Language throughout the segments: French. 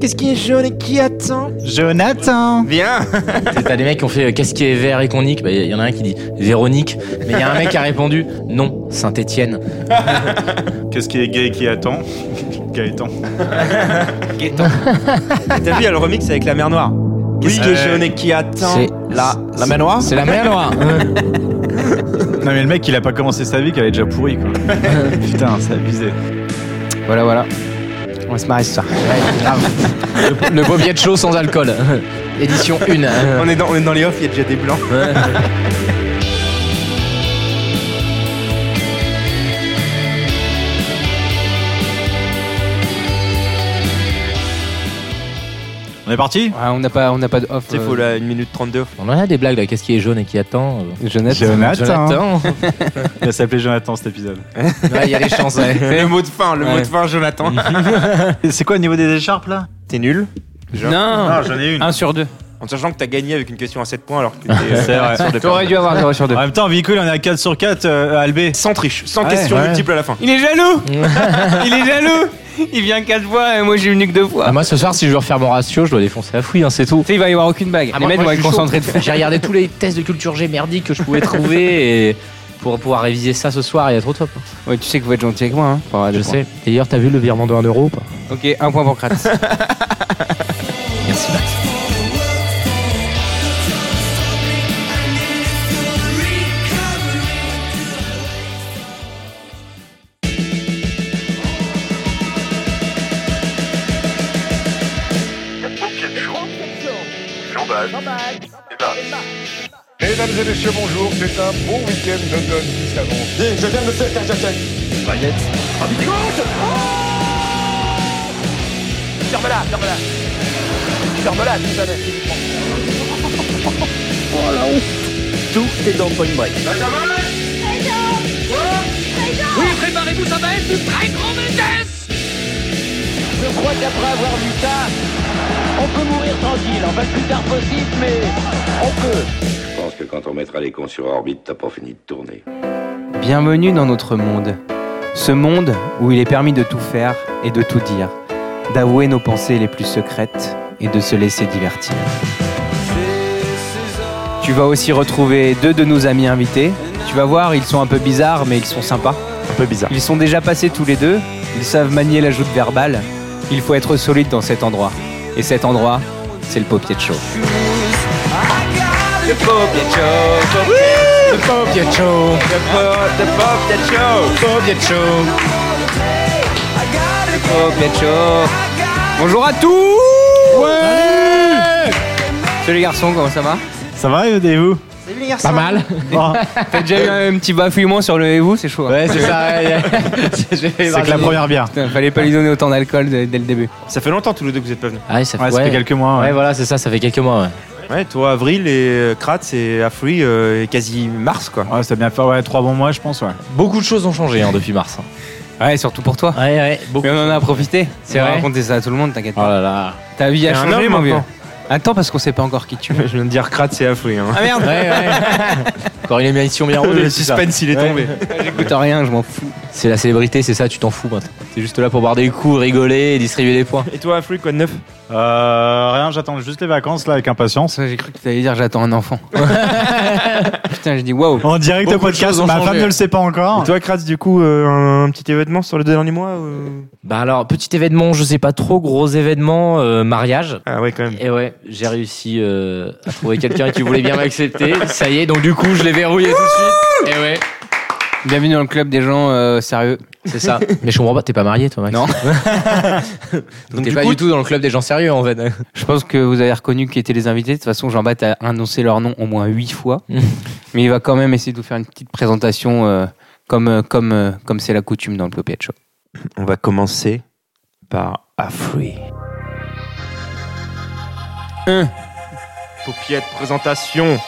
Qu'est-ce qui est jaune et qui attend Jonathan Viens T'as des mecs qui ont fait euh, qu'est-ce qui est vert et conique Bah, il y en a un qui dit Véronique. Mais il y a un mec qui a répondu non, Saint-Étienne. Qu'est-ce qui est gay et qui attend Gaëtan. Gaëtan T'as vu, il y a le remix avec la mer noire. Qu'est-ce qui est Euh, jaune et qui attend c'est- La, la mer noire C'est la mer Noire. Euh, Non mais le mec il a pas commencé sa vie qu'elle est déjà pourrie quoi. Putain, c'est abusé. voilà, voilà. On va se marrer ce soir. Le, le bobiette chaud sans alcool. Édition 1. on, est dans, on est dans les off, il y a déjà des blancs. On est parti Ah, on n'a pas, on n'a pas de off. Tu sais, euh, faut là, une minute 32 off. On en a des blagues là, qu'est-ce qui est jaune et qui attend euh Jonathan. Jonathan. Jonathan. Il va s'appeler Jonathan cet épisode. Ouais, il y a des chances. ouais. Le mot de fin, le mot Ouais. de fin, Jonathan. C'est quoi au niveau des écharpes là Ah. T'es nul, Non, j'en ai une. un sur deux. en sachant que t'as gagné avec une question à 7 points alors que t'es euh, C'est vrai. sur des T'aurais dû avoir 0 sur 2. En même temps, Vico, il en a 4 sur 4 euh, à Albé. Sans triche, sans Ouais, question ouais. multiple à la fin. Il est jaloux Il est jaloux Il vient quatre fois et moi j'ai venu que deux Ah, fois. moi ce soir, si je veux refaire mon ratio, je dois défoncer la fouille, hein, c'est tout. Tu sais, il va y avoir aucune bague. Les Ah, moi, mecs moi, vont je être suis chaud. concentrés de fou. J'ai regardé tous les tests de culture G merdiques que je pouvais trouver et pour pouvoir réviser ça ce soir et être au top. hein. Ouais, tu sais qu'il faut être gentil avec moi. Hein, pour avoir Je des sais. D'ailleurs, t'as vu le virement de 1 euro ou pas points. Ok, un point pour Kratz. Merci Max. Mesdames et messieurs, bonjour, c'est un bon week-end d'automne qui s'avance. je viens de me faire cage à tête. Je pense que quand on mettra les cons sur orbite, t'as pas fini de tourner. Ah, Bienvenue dans notre monde. Ce monde où il est permis de tout faire et de tout dire, d'avouer nos pensées les plus secrètes et de se laisser divertir. Tu vas aussi retrouver deux de nos amis invités. Tu vas voir, ils sont un peu bizarres, mais ils sont sympas. Un peu bizarre. Ils sont déjà passés tous les deux, ils savent manier la joute verbale. Il faut être solide dans cet endroit. Et cet endroit, c'est le paupier de chaud. Le Popiet Show, Le Popiet Show. le Popiet Show, Popiet Show. Paupier de chaud. Bonjour à tous Salut les garçons, comment ça va Ça va et vous Pas mal. Bon, T'as déjà eu un petit bafouillement sur le et vous, c'est chaud. hein. Ouais, c'est ça. ouais. J'ai C'est fait que la mardi. première bière. Putain, fallait pas lui donner autant d'alcool dès, dès le début. Ça fait longtemps tous les deux que vous êtes pas venus. Ah, ouais, ça fait, Ouais, ça fait quelques mois. Ouais, ouais. voilà, c'est ça, ça fait quelques mois. Ouais. Ouais, toi, Avril et euh, Kratz et Afri euh, et quasi Mars quoi. Ouais, ça a bien fait ouais, 3 bons mois, je pense. Ouais. Beaucoup de choses ont changé hein, depuis mars. hein. Ouais, surtout pour toi. Ouais, ouais, beaucoup. Mais on en a profité. C'est on vrai va raconter ça à tout le monde, t'inquiète Oh pas. là là. Ta vie a T'es un changé, homme, mon vieux. maintenant. Attends, parce qu'on sait pas encore qui tu Je es. viens de dire Kratz et Afri. Hein. Ah merde Ouais, ouais. Encore une émission bien rodée. Le c'est ça. suspense, il est tombé. J'écoute rien, je m'en fous. C'est la célébrité, c'est ça, tu t'en fous maintenant. T'es juste là pour boire des coups, rigoler et distribuer des points. Et toi, Afri, quoi de neuf Euh, rien, j'attends juste les vacances là avec impatience. Ça, j'ai cru que t'allais dire j'attends un enfant. Putain, j'ai dit waouh. En direct Beaucoup au de podcast, choses ont ma changé, femme ne ouais. le sait pas encore. Et toi, Kratz, du coup, euh, un, un petit événement sur les deux derniers mois euh Bah alors, petit événement, je sais pas trop, gros événement, euh, mariage. Ah ouais, quand même. Et ouais, j'ai réussi euh, à trouver quelqu'un qui voulait bien m'accepter. Ça y est, donc du coup, je l'ai verrouillé tout de suite. Et ouais, Bienvenue dans le club des gens euh, sérieux. c'est ça. Mais je comprends pas, t'es pas marié toi, Max Non. donc du t'es pas coup, du tout dans le club des gens sérieux en fait. Je pense que vous avez reconnu qui étaient les invités. De toute façon, Jean-Baptiste a annoncé leur nom au moins huit fois. Mais il va quand même essayer de vous faire une petite présentation euh, comme euh, comme euh, comme c'est la coutume dans le Popiat Show. On va commencer par Afri. Un. Paupiette, présentation.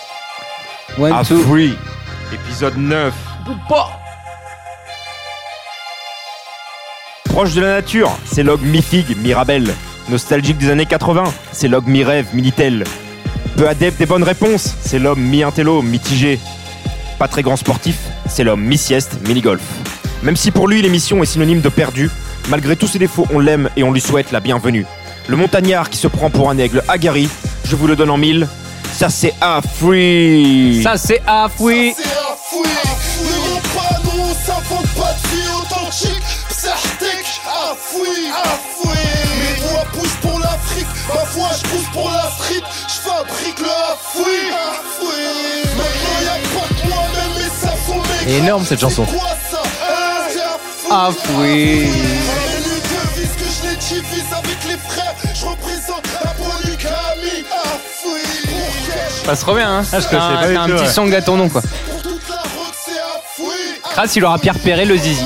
One, two. Afri, épisode 9. Proche de la nature, c'est log mi-figue, mi-rabel. Nostalgique des années 80, c'est log mi-rêve, mi-nitel. Peu adepte des bonnes réponses, c'est l'homme mi-intello, mitigé. Pas très grand sportif, c'est l'homme mi-sieste, mini-golf. Même si pour lui l'émission est synonyme de perdu, malgré tous ses défauts, on l'aime et on lui souhaite la bienvenue. Le montagnard qui se prend pour un aigle aguerri, je vous le donne en mille. Ça c'est à free Ça, c'est affoui. C'est un fouet. Ne ment pas, non, ça vend pas de vie authentique. Psartec, un fouet, un fouet. Mes doigts poussent pour l'Afrique, ma foi, je pousse pour la frite. Je fabrique le affoui, un fouet. Maintenant, y'a pas que moi-même et ça son mec. Elle est énorme, cette chanson. C'est quoi ça Hein, C'est un Affoui. les devises que je les divise avec les frères, je représente la polygamie. Ah, fouille. Ça se revient, hein. Ah, je connaissais T'as un- pas du t'as un tout, petit ouais. song à ton nom, quoi. Pour toute la route, c'est un fouille. Kratz, il aura bien repéré le zizi.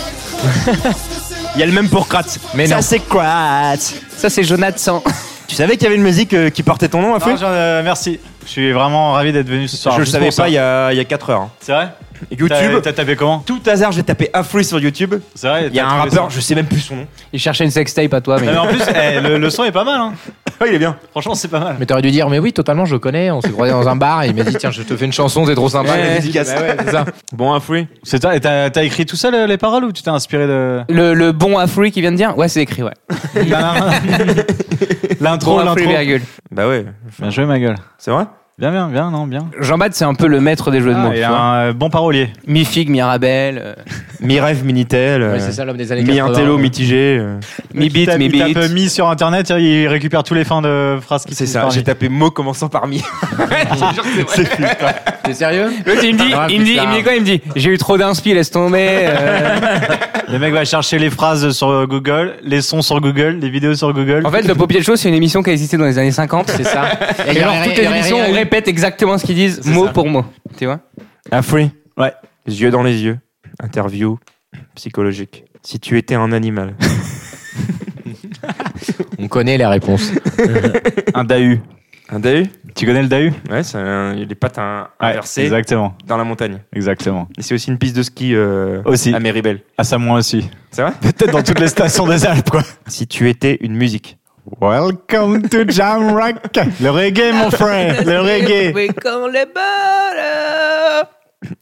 Il y a le même pour Kratz. Mais ça non. c'est Kratz Ça, c'est Jonathan. Tu savais qu'il y avait une musique euh, qui portait ton nom à Ah, free j'en- euh, merci. Je suis vraiment ravi d'être venu ce soir. Je le juste savais pour ça. pas il y a, il y a 4 heures. hein. C'est vrai T'as- YouTube, T'as tapé comment tout hasard, j'ai tapé Afri sur YouTube. C'est vrai Il y a t'as un trouvé ça rappeur, je sais même plus son nom. Il cherchait une sextape à toi, mais. Non, mais en plus, eh, le, le son est pas mal. Hein. Ah, il est bien. Franchement, c'est pas mal. Mais t'aurais dû dire, mais oui, totalement, je connais. On s'est croisé dans un bar et il m'a dit, tiens, je te fais une chanson, t'es trop sympa. Ouais, Il m'a dit, dédicace. bah ouais, c'est ça. Bon, Afri. C'est toi, et t'as t'as écrit tout ça le- les paroles ou tu t'es inspiré de. Le, le bon affoui qui vient de dire Ouais, c'est écrit, ouais. L'intro, Bon affoui, l'intro. virgule. Bah ouais, Bien joué, ma gueule. c'est vrai Bien, bien, bien, non, bien. Jean-Baptiste, c'est un peu le maître des jeux de mots. et tu vois. un euh, bon parolier. Mi-figue, Mirabelle, euh, Mi-rêve, Minitel. Ouais, euh, c'est ça l'homme des années 80. Mi-intello, mitigé. euh. mi-beat, Il tape- euh, Il mi-beat. tape mis sur internet, il récupère tous les fins de phrases qui C'est finissent ça, par j'ai mi. tapé mot commençant par mi. T'es sérieux L'autre, il me dit, Ah, il me dit, putain. il me dit quoi Il me dit J'ai eu trop d'inspi, laisse tomber. euh. Le mec va chercher les phrases sur Google, les sons sur Google, les vidéos sur Google. En fait, le Popier de Show, c'est une émission qui a existé dans les années 50. C'est ça. Et alors, toutes les émissions, on on répète exactement ce qu'ils disent, C'est mot ça. pour mot. Tu vois Afri. Ouais. Yeux dans les yeux. Interview psychologique. Si tu étais un animal. On connaît les réponses. un DAU. Un dahu Tu connais le DAU Ouais, c'est un- les pattes un- inversées Exactement, dans la montagne. exactement. Et c'est aussi une piste de ski euh, Aussi. Ah, à Méribel. À ça, moi aussi. C'est vrai Peut-être dans toutes les stations des Alpes, quoi. Si tu étais une musique. Welcome to Jamrock. Le reggae, mon frère. Le reggae.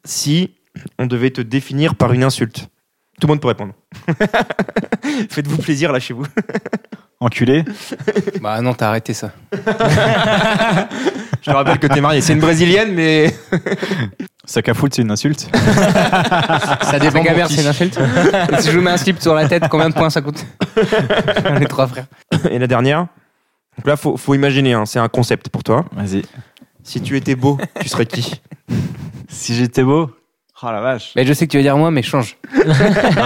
Si on devait te définir par une insulte. Tout le monde peut répondre. Faites-vous plaisir là chez vous. Enculé. Bah non, t'as arrêté ça. Je te rappelle que t'es marié. C'est une brésilienne, mais. Sac à foot, c'est une insulte. Ça dépend. Saga pour Bear, qui. Ah, c'est une insulte Et Si je vous mets un slip sur la tête, combien de points ça coûte Les trois frères. Et la dernière Donc là, faut, faut imaginer, hein, c'est un concept pour toi. Vas-y. Si tu étais beau, tu serais qui Si j'étais beau. Oh la vache. Mais je sais que tu veux dire moi, mais change. Non,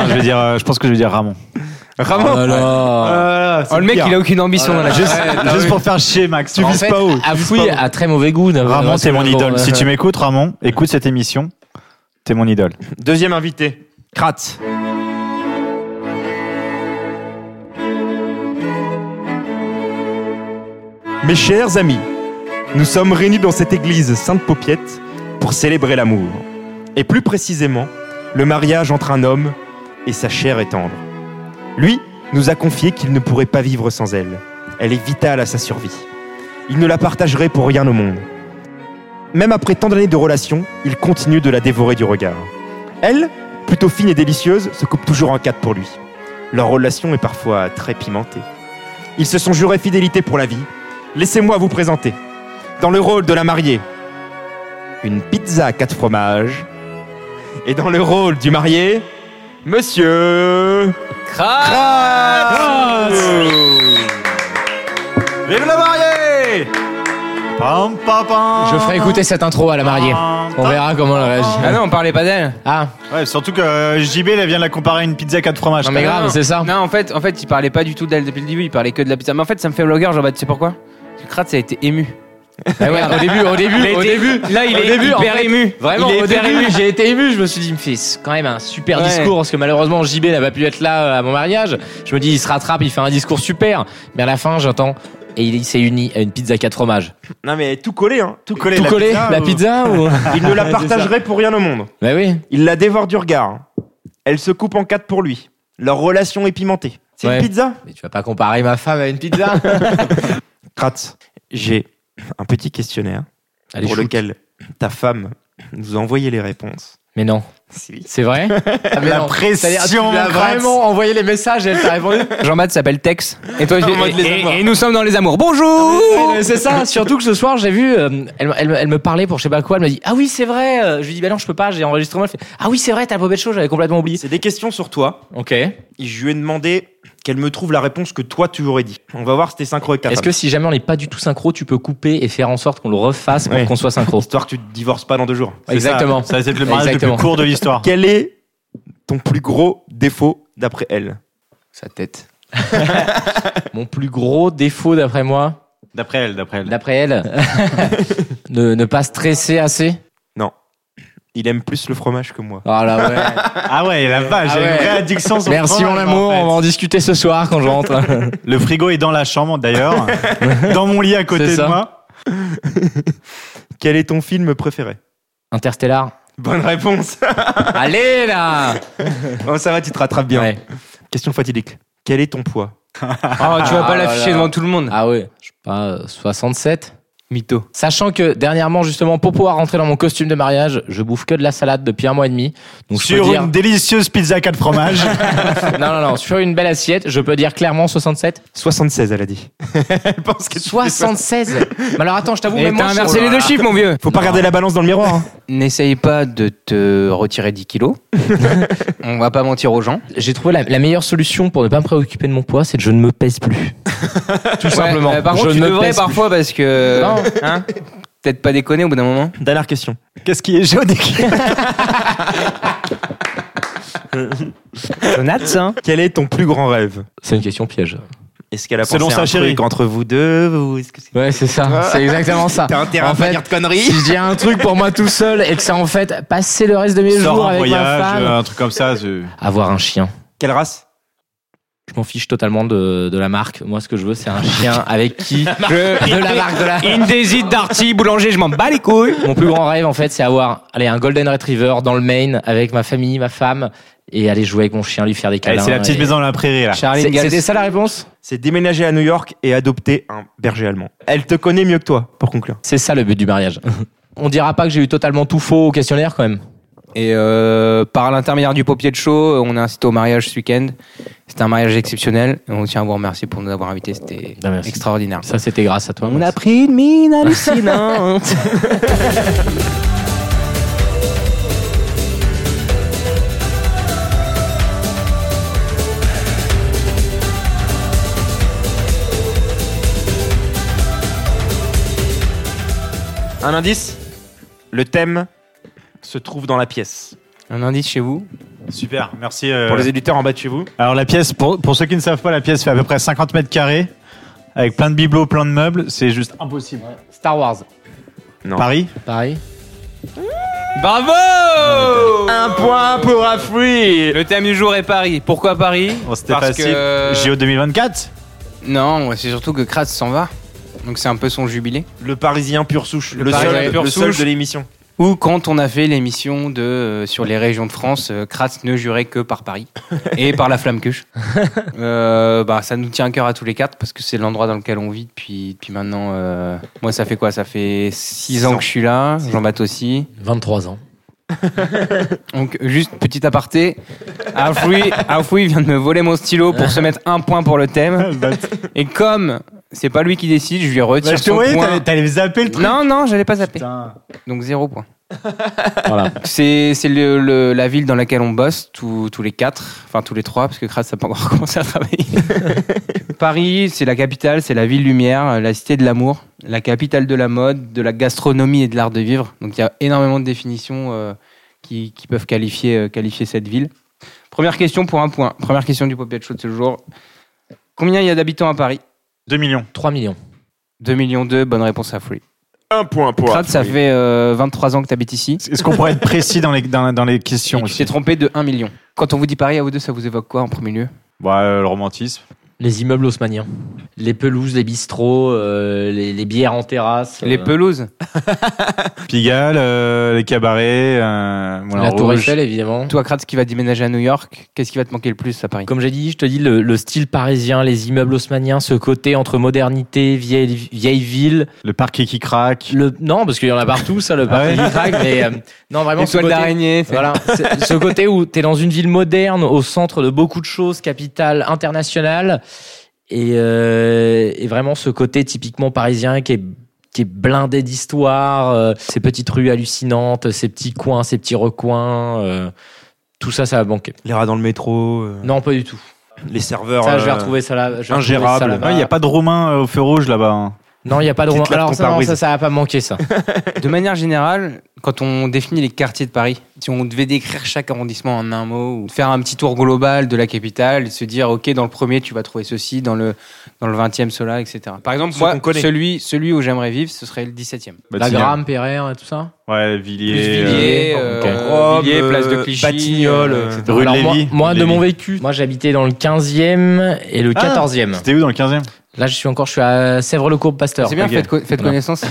je veux dire, euh, je pense que je vais dire Ramon. Oh Ramon Ah, Oh, le mec, il a aucune ambition dans la Juste, juste pour faire chier, Max. Tu En vises fait, pas haut. Afoui a très mauvais goût. d'avoir- Ramon, t'es mon Bon, euh, idole. Si tu m'écoutes, Ramon, écoute cette émission. T'es mon idole. Deuxième invité, Kratz. Mes chers amis, nous sommes réunis dans cette église Sainte-Paupiette pour célébrer l'amour. Et plus précisément, le mariage entre un homme et sa chère et tendre. Lui nous a confié qu'il ne pourrait pas vivre sans elle. Elle est vitale à sa survie. Il ne la partagerait pour rien au monde. Même après tant d'années de relation, il continue de la dévorer du regard. Elle, plutôt fine et délicieuse, se coupe toujours en quatre pour lui. Leur relation est parfois très pimentée. Ils se sont jurés fidélité pour la vie. Laissez-moi vous présenter. Dans le rôle de la mariée, une pizza à quatre fromages. Et dans le rôle du marié, Monsieur Kratz Vive le marié Pam, pam, pam. Je ferai écouter cette intro à la mariée. Pam, On pam. verra comment elle réagit. Ah non, on parlait pas d'elle. Ah, Ouais, surtout que euh, JB elle vient de la comparer à une pizza à 4 fromages. non mais non, grave, non. c'est ça. Non, en fait, en fait, il parlait pas du tout d'elle depuis le début, il parlait que de la pizza. Mais en fait, ça me fait blogueur, Jean-Baptiste, tu sais pourquoi Parce que Kratz a été ému. Bah ouais, au début, au début, au début. Là, il Au est début, en hyper fait. ému. Vraiment, il est au hyper début, ému. j'ai été ému. Je me suis dit, me fils, quand même un super Ouais. discours parce que malheureusement JB n'a pas pu être là euh, à mon mariage. Je me dis, il se rattrape, il fait un discours super. Mais à la fin, j'entends et il s'est uni à une pizza 4 fromages. Non mais tout collé, hein. Tout collé. Tout la collé, pizza, la euh, pizza ou Il ne la Ouais, c'est ça. partagerait pour rien au monde. Bah oui. Il la dévore du regard. hein. Elle se coupe en quatre pour lui. Leur relation est pimentée. C'est Ouais. une pizza Mais tu vas pas comparer ma femme à une pizza. Kratz, j'ai un petit questionnaire Allez, pour shoot. lequel ta femme nous a envoyé les réponses. Mais non. C'est vrai Ah, mais La non. C'est-à-dire, tu pression, lui as Kratz. vraiment envoyé les messages et elle t'a répondu Jean-Baptiste s'appelle Tex. Et toi, j'ai- En mode les et- amours. et nous sommes dans les amours. Bonjour Euh, c'est ça, surtout que ce soir, j'ai vu, euh, elle, elle- elle me parlait pour je sais pas quoi, elle m'a dit Ah oui, c'est vrai. Euh, Je lui dis Bah non, je peux pas, j'ai enregistrement. Elle fait Ah oui, c'est vrai, t'as le bobette chaud, j'avais complètement oublié. C'est des questions sur toi. Ok. Est-ce Et je lui ai demandé qu'elle me trouve la réponse que toi tu aurais dit. On va voir si t'es synchro avec ta femme. que si jamais on n'est pas du tout synchro, tu peux couper et faire en sorte qu'on le refasse pour Ouais. qu'on soit synchro Histoire que tu te divorces pas dans deux jours. C'est ça. Exactement. Ça, va être le mariage le plus Exactement. court de l'histoire. Quel est ton plus gros défaut d'après elle Sa tête. Mon plus gros défaut, d'après moi, D'après elle, d'après elle. d'après elle, ne, ne pas stresser assez. Il aime plus le fromage que moi. Ah là, ouais. Ah ouais, la vache, Ah j'ai une ouais. vraie addiction sur le Merci mon fromage, amour, en fait. on va en discuter ce soir quand je rentre. Le frigo est dans la chambre d'ailleurs, dans mon lit à côté C'est de ça. moi. Quel est ton film préféré Interstellar. Bonne réponse. Allez là Oh, ça va, tu te rattrapes bien. Ouais. Question fatidique. Quel est ton poids Ah, tu vas pas Ah là l'afficher là. devant tout le monde. Ah ouais, je sais pas, euh, 67 Mytho. Sachant que dernièrement, justement, pour pouvoir rentrer dans mon costume de mariage, je bouffe que de la salade depuis un mois et demi. Donc je peux Sur dire... une délicieuse pizza 4 fromages. Non, non, non, sur une belle assiette, je peux dire clairement 67 76, elle a dit. elle pense que tu fais 76 Mais alors attends, je t'avoue, Et même t'as moi, inversé les deux chiffres, mon vieux. Faut pas regarder la balance dans le miroir. hein. N'essaye pas de te retirer 10 kilos. On va pas mentir aux gens. J'ai trouvé la, la meilleure solution pour ne pas me préoccuper de mon poids, c'est que je ne me pèse plus. Tout simplement. euh, par je contre, tu ne me devrais pèse plus. parfois parce que. Non. Hein Peut-être pas déconner au bout d'un moment. Dernière question. Qu'est-ce qui est jaune et qui- Jonathan. Quel est ton plus grand rêve C'est une question piège. Est-ce qu'elle a Selon pensé à sa un chérie. truc entre vous deux ou est-ce que c'est- Ouais, c'est ça, c'est exactement ça. T'as intérêt à En pas fait, dire de conneries. si je dis un truc pour moi tout seul et que c'est en fait passer le reste de mes Sors jours un avec ma voyage, femme, euh, un truc comme ça. c'est- avoir un chien. Quelle race Je m'en fiche totalement de, de la marque. Moi, ce que je veux, c'est un chien avec qui De la marque de la. Indesit Darty, boulanger, je m'en bats les couilles. Mon plus grand rêve, en fait, c'est avoir allez, un Golden Retriever dans le Maine avec ma famille, ma femme et aller jouer avec mon chien, lui faire des Allez, câlins. Eh, C'est la petite et- maison dans la prairie là. C'est- Charlie C'était Galtès. ça la réponse C'est déménager à New York et adopter un berger allemand. Elle te connaît mieux que toi, pour conclure. C'est ça le but du mariage. On dira pas que j'ai eu totalement tout faux au questionnaire quand même. Et euh, par l'intermédiaire du paupier de chaud, on a incité au mariage ce week-end. C'était un mariage exceptionnel. Et on tient à vous remercier pour nous avoir invités. C'était Ah, merci. extraordinaire. Ça, c'était grâce à toi. On Max. a pris une mine hein. hallucinante. Un indice Le thème se trouve dans la pièce. un indice chez vous Super, merci. euh, Pour les éditeurs en bas de chez vous. Alors la pièce, pour, pour ceux qui ne savent pas, la pièce fait à peu près 50 mètres carrés, avec plein de bibelots, plein de meubles, c'est juste impossible. Star Wars, Paris pareil. Bravo Un point pour Afri Le thème du jour est Paris. Pourquoi Paris Bon, Oh, c'était Parce facile. que- euh, JO 2024 Non, c'est surtout que Kratz s'en va. Donc c'est un peu son jubilé. Le parisien pur souche. Le, Parisien seul, pur le seul souche. de l'émission. Ou quand on a fait l'émission de euh, sur les régions de France, euh, Kratz ne jurait que par Paris et par la flamme queue. Euh, bah, ça nous tient à cœur à tous les quatre parce que c'est l'endroit dans lequel on vit depuis, depuis maintenant. euh, moi, ça fait quoi Ça fait six ans que je suis là. Jean-Baptiste aussi. 23 ans. Donc juste petit aparté. Afoui, Afoui vient de me voler mon stylo pour se mettre un point pour le thème. Et comme c'est pas lui qui décide, je lui retire Bah, Je te son voyais, point. t'allais- t'allais zapper le truc. Non, non, j'allais pas zapper. Putain. Donc zéro point. Voilà. C'est c'est le- le- la ville dans laquelle on bosse tous, tous les quatre, enfin tous les trois, parce que Kratz n'a pas encore commencé à travailler. Paris, c'est la capitale, c'est la ville lumière, la cité de l'amour, la capitale de la mode, de la gastronomie et de l'art de vivre. Donc il y a énormément de définitions euh, qui, qui peuvent qualifier, euh, qualifier cette ville. Première question pour un point. Première question du Popiat Show de ce jour. Combien il y a d'habitants à Paris 2 millions. 3 millions. 2 millions 2, bonne réponse à Free. Un point pour Kratz, ça fait euh, 23 ans que tu habites ici. Est-ce qu'on pourrait être précis dans les, dans, dans les questions Et tu aussi t'es trompé de 1 million. Quand on vous dit Paris à vous deux, ça vous évoque quoi en premier lieu Bah, euh, Le romantisme. Les immeubles haussmanniens. les pelouses, les bistrots, euh, les, les bières en terrasse. Les euh, pelouses. Pigalle, euh, les cabarets, euh, Moulin La Tour Rouge. Eiffel, évidemment. Toi, Kratz, qui va déménager à New York, qu'est-ce qui va te manquer le plus à Paris Comme j'ai dit, je te dis, le, le style parisien, les immeubles haussmanniens, ce côté entre modernité, vieille, vieille ville. Le parquet qui craque. Le, non, parce qu'il y en a partout, ça, le parc ouais qui craque, mais euh, non, Ah vraiment, ce Étoile côté, d'araignée. c'est- voilà, c'est- ce côté où t'es dans une ville moderne, au centre de beaucoup de choses, capitale internationale, et, euh, et vraiment ce côté typiquement parisien qui est qui est blindé d'histoire, euh, ces petites rues hallucinantes, ces petits coins, ces petits recoins, euh, tout ça, ça va manquer. Les rats dans le métro, euh, Non, pas du tout. les serveurs. Ça, je vais euh, retrouver ça là. je vais retrouver ça ingérable. Il là-bas. n'y a pas de Romain euh, au feu rouge là-bas. hein. Non, il n'y a pas de Petite Romain. latte Alors, qu'on ça, non, parbrise. ça, ça va pas manquer, ça. De manière générale, quand on définit les quartiers de Paris, si on devait décrire chaque arrondissement en un mot, ou faire un petit tour global de la capitale, et se dire, OK, dans le premier, tu vas trouver ceci, dans le, dans le 20e, cela, etc. Par exemple, Ceux moi, qu'on connaît. celui, celui où j'aimerais vivre, ce serait le 17e. Bah, La Tignan. Gramme, Perret, hein, tout ça. Ouais, Villiers. Villiers, euh, Rome, Villiers, place de euh, Clichy, Batignolles, euh, etc. euh, Rue de Alors, Lévis. Moi, moi, de Lévis. mon vécu, moi, j'habitais dans le 15e et le Ah. 14e. C'était où dans le 15 e Là, je suis encore, je suis à Sèvres-le-Courbe-Pasteur. C'est bien, ok. faites, co- faites Non. connaissance.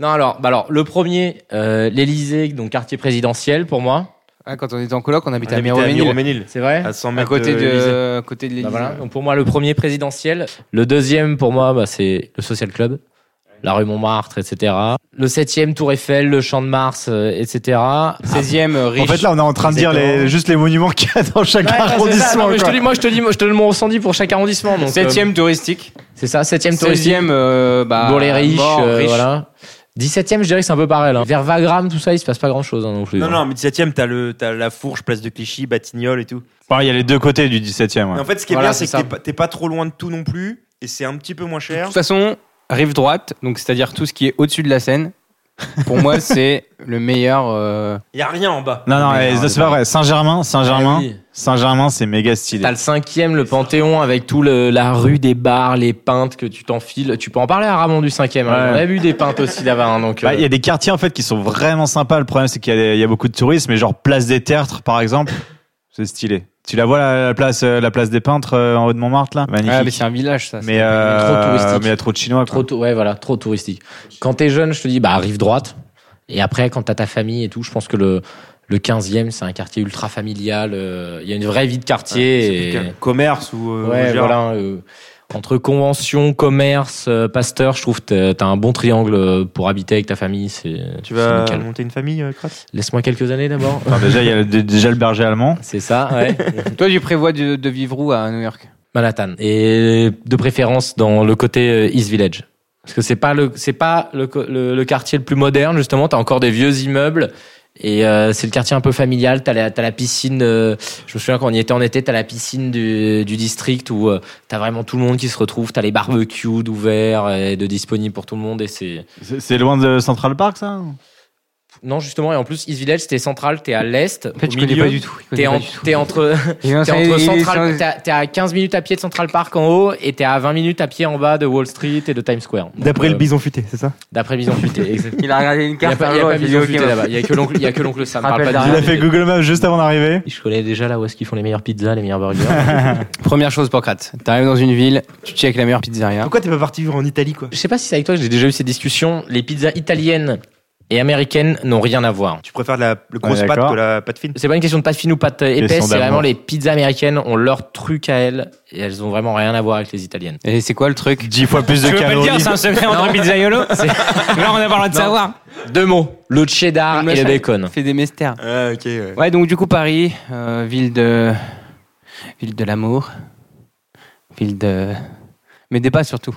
Non, alors, bah alors, le premier, euh, l'Elysée, donc quartier présidentiel pour moi. Ah, quand on était en coloc, on habitait on à habitait à Miroménil, Miroménil, C'est vrai à 100 à mètres euh, côté l'Élysée. de, à côté de l'Élysée. Bah voilà. Donc pour moi, le premier présidentiel. Le deuxième, pour moi, bah, c'est le Social Club. La rue Montmartre, etc. Le septième, Tour Eiffel, le Champ de Mars, euh, etc. 16e, euh, riche. En fait, là, on est en train de dire Exactement. les, juste les monuments qu'il y a dans chaque Ouais, ouais, c'est ça. arrondissement. Non, mais je te quoi. dis, moi, je te dis, moi, je te donne mon ressenti pour chaque arrondissement. Donc, euh, 7e touristique. c'est ça, septième touristique 16e, euh, bah, pour les riches, mort, euh, riche. voilà. 17e, je dirais que c'est un peu pareil. Hein. Vers Wagram, tout ça, il se passe pas grand chose non plus. Non, hein. non, mais 17ème, t'as le- t'as la fourche, place de Clichy, Batignolles et tout. Bon, Il y a les deux côtés du 17 e Mais en fait, ce qui est Voilà, bien, c'est c'est que ça. t'es pas- t'es pas trop loin de tout non plus, et c'est un petit peu moins De cher. toute façon, rive droite, donc c'est-à-dire tout ce qui est au-dessus de la Seine, pour moi, c'est le meilleur. euh, Y a rien en bas. Non, non, Mais eh, non, ça, c'est pas vrai. Saint-Germain, Saint-Germain, Ah oui. Saint-Germain, c'est méga stylé. T'as le cinquième, le Panthéon, avec tout le, la rue des bars, les peintes que tu t'enfiles. Tu peux en parler à Ramon du cinquième. hein. Ouais. On a vu des peintes aussi là-bas. hein, donc, Bah, Il y euh, a des quartiers en fait qui sont vraiment sympas. Le problème, c'est qu'il y, a des- il y a beaucoup de touristes, mais genre Place des Tertres, par exemple, c'est stylé. Tu la vois la, la place, euh, la place des peintres euh, en haut de Montmartre là, magnifique. Ah, mais mais c'est un village, ça. c'est- euh, trop touristique. mais il y a trop de Chinois. euh, trop, Trop tou- ouais, voilà, trop touristique. Quand t'es jeune, je te dis, bah, rive droite. Et après, quand t'as ta famille et tout, je pense que le, le 15e, c'est un quartier ultra familial. euh, Il y a une vraie vie de quartier. et- Commerce ou. euh, Ouais, genre- voilà. euh, entre convention, commerce, euh, pasteur, je trouve que t'as- t'as un bon triangle euh, pour habiter avec ta famille. C'est c'est Tu vas nickel. monter une famille, euh, Kratz Laisse-moi quelques années d'abord. déjà, il y a le- déjà le berger allemand. C'est ça, ouais. Toi, tu prévois de, de vivre où à New York Manhattan. Et de préférence dans le côté euh, East Village. Parce que c'est pas le c'est pas le, co- le, le quartier le plus moderne justement. T'as encore des vieux immeubles et euh, c'est le quartier un peu familial. T'as la t'as la piscine. euh, je me souviens quand on y était en été, t'as la piscine du, du district où euh, t'as vraiment tout le monde qui se retrouve. T'as les barbecues d'ouverts et de disponibles pour tout le monde et c'est C'est c'est loin de Central Park, ça. non justement et en plus East Village c'était central. T'es à l'est. En fait, au je connais milieu. pas du tout. T'es en- t'es entre T'es T'es entre Central, t'es à- t'es à 15 minutes à pied de Central Park en haut et t'es à 20 minutes à pied en bas de Wall Street et de Times Square. Donc, euh, bison futé, c'est ça D'après Bison Futé, exactement. Il a regardé une Il n'y a carte. pas, il y a pas Bison Futé là-bas. Il y a que l'oncle, il y a que l'oncle Sam. Parle Rappelle pas de la Il Bison a fait Futé. Google Maps juste avant d'arriver. Je connais déjà là où est-ce qu'ils font les meilleures pizzas, les meilleurs burgers. Première chose, Pocrate. T'arrives dans une ville, tu check la meilleure pizzeria. Pourquoi t'es pas parti vivre en Italie, quoi Je sais pas si c'est avec toi que j'ai déjà eu ces discussions. Les pizzas italiennes et américaines n'ont rien à voir. Tu préfères la le grosse Ouais, pâte d'accord. que la pâte fine C'est pas une question de pâte fine ou pâte épaisse, Question c'est vraiment d'amour. les pizzas américaines ont leur truc à elles et elles ont vraiment rien à voir avec les italiennes. Et c'est quoi le truc Dix fois plus de calories. un secret entre pizzaiolo Là, on a pas le de savoir. Deux mots, le cheddar et le bacon. Fais des mystères. Ah, ok. ouais. Ouais, donc du coup, Paris, euh, ville de. ville de l'amour. Ville de. Mais des pas surtout.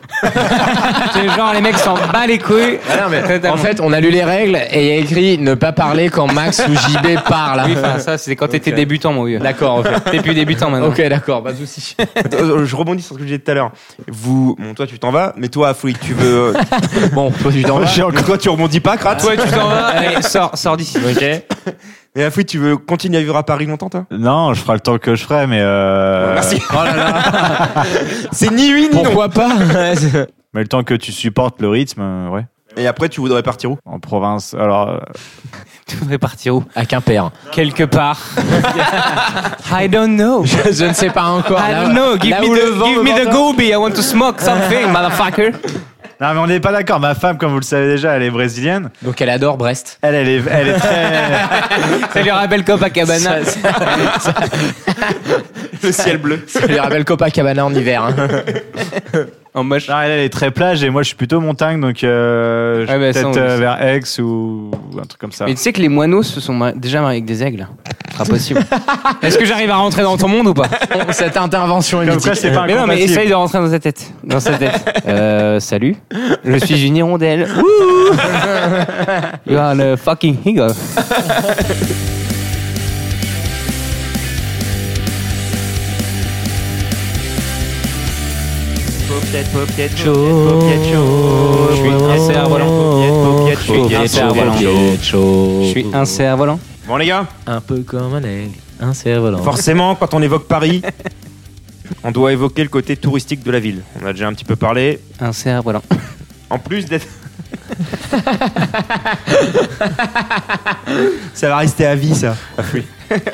C'est genre, les mecs s'en bat les couilles. Ah non, mais Totalement. en fait, on a lu les règles et il y a écrit ne pas parler quand Max ou JB parle. Oui, enfin, ça, c'est quand t'étais Ok. débutant, mon vieux. D'accord, ok. T'es plus débutant maintenant. Ok, d'accord, pas de soucis. Attends, euh, je rebondis sur ce que j'ai dit tout à l'heure. Vous, bon, toi tu t'en vas, mais toi, Afoui, tu veux. euh, Bon, toi, tu t'en vas. J'ai encore- Toi tu rebondis pas, Kratz Toi, tu t'en vas. Allez, sors, sors d'ici. Ok. Mais Afoui, tu veux continuer à vivre à Paris longtemps, toi Non, je ferai le temps que je ferai, mais. Euh... Merci. C'est ni une ni non. Pourquoi pas Mais le temps que tu supportes le rythme, euh, ouais. Et après, tu voudrais partir où En province, alors. euh, Tu voudrais partir où À Quimper. Quelque part. I don't know. Je, je ne sais pas encore. I Là- don't know. Ah, Give là me où le the, vent give me me the porte. goby. I want to smoke something, motherfucker. Non, mais on n'est pas d'accord. Ma femme, comme vous le savez déjà, elle est brésilienne. Donc elle adore Brest. Elle, elle est, elle est très. Ça lui rappelle Copacabana. Ça, ça, Le ciel bleu. ça lui rappelle Copacabana en hiver. hein. Oh, En moche. Non, elle, elle est très plage et moi, je suis plutôt montagne, donc euh, je Ouais, bah, ça, on peut-être le euh, sait. vers Aix ou un truc comme ça. Mais tu sais que les moineaux se sont mari- déjà mariés avec des aigles. C'est pas possible. Est-ce que j'arrive à rentrer dans ton monde ou pas Bon, Cette intervention est Comme mythique. quoi, c'est pas Mais non, mais incompatible. essaye de rentrer dans sa tête. Dans sa tête. Euh, salut. Je suis une hirondelle. Ouh You are the fucking eagle. Je suis un cerf-volant. Je suis un cerf-volant. Je suis un cerf-volant. Bon, les gars, Un peu comme un aigle, un cerf-volant. forcément, quand on évoque Paris, on doit évoquer le côté touristique de la ville. On a déjà un petit peu parlé. Un cerf-volant. En plus d'être. ça va rester à vie, ça.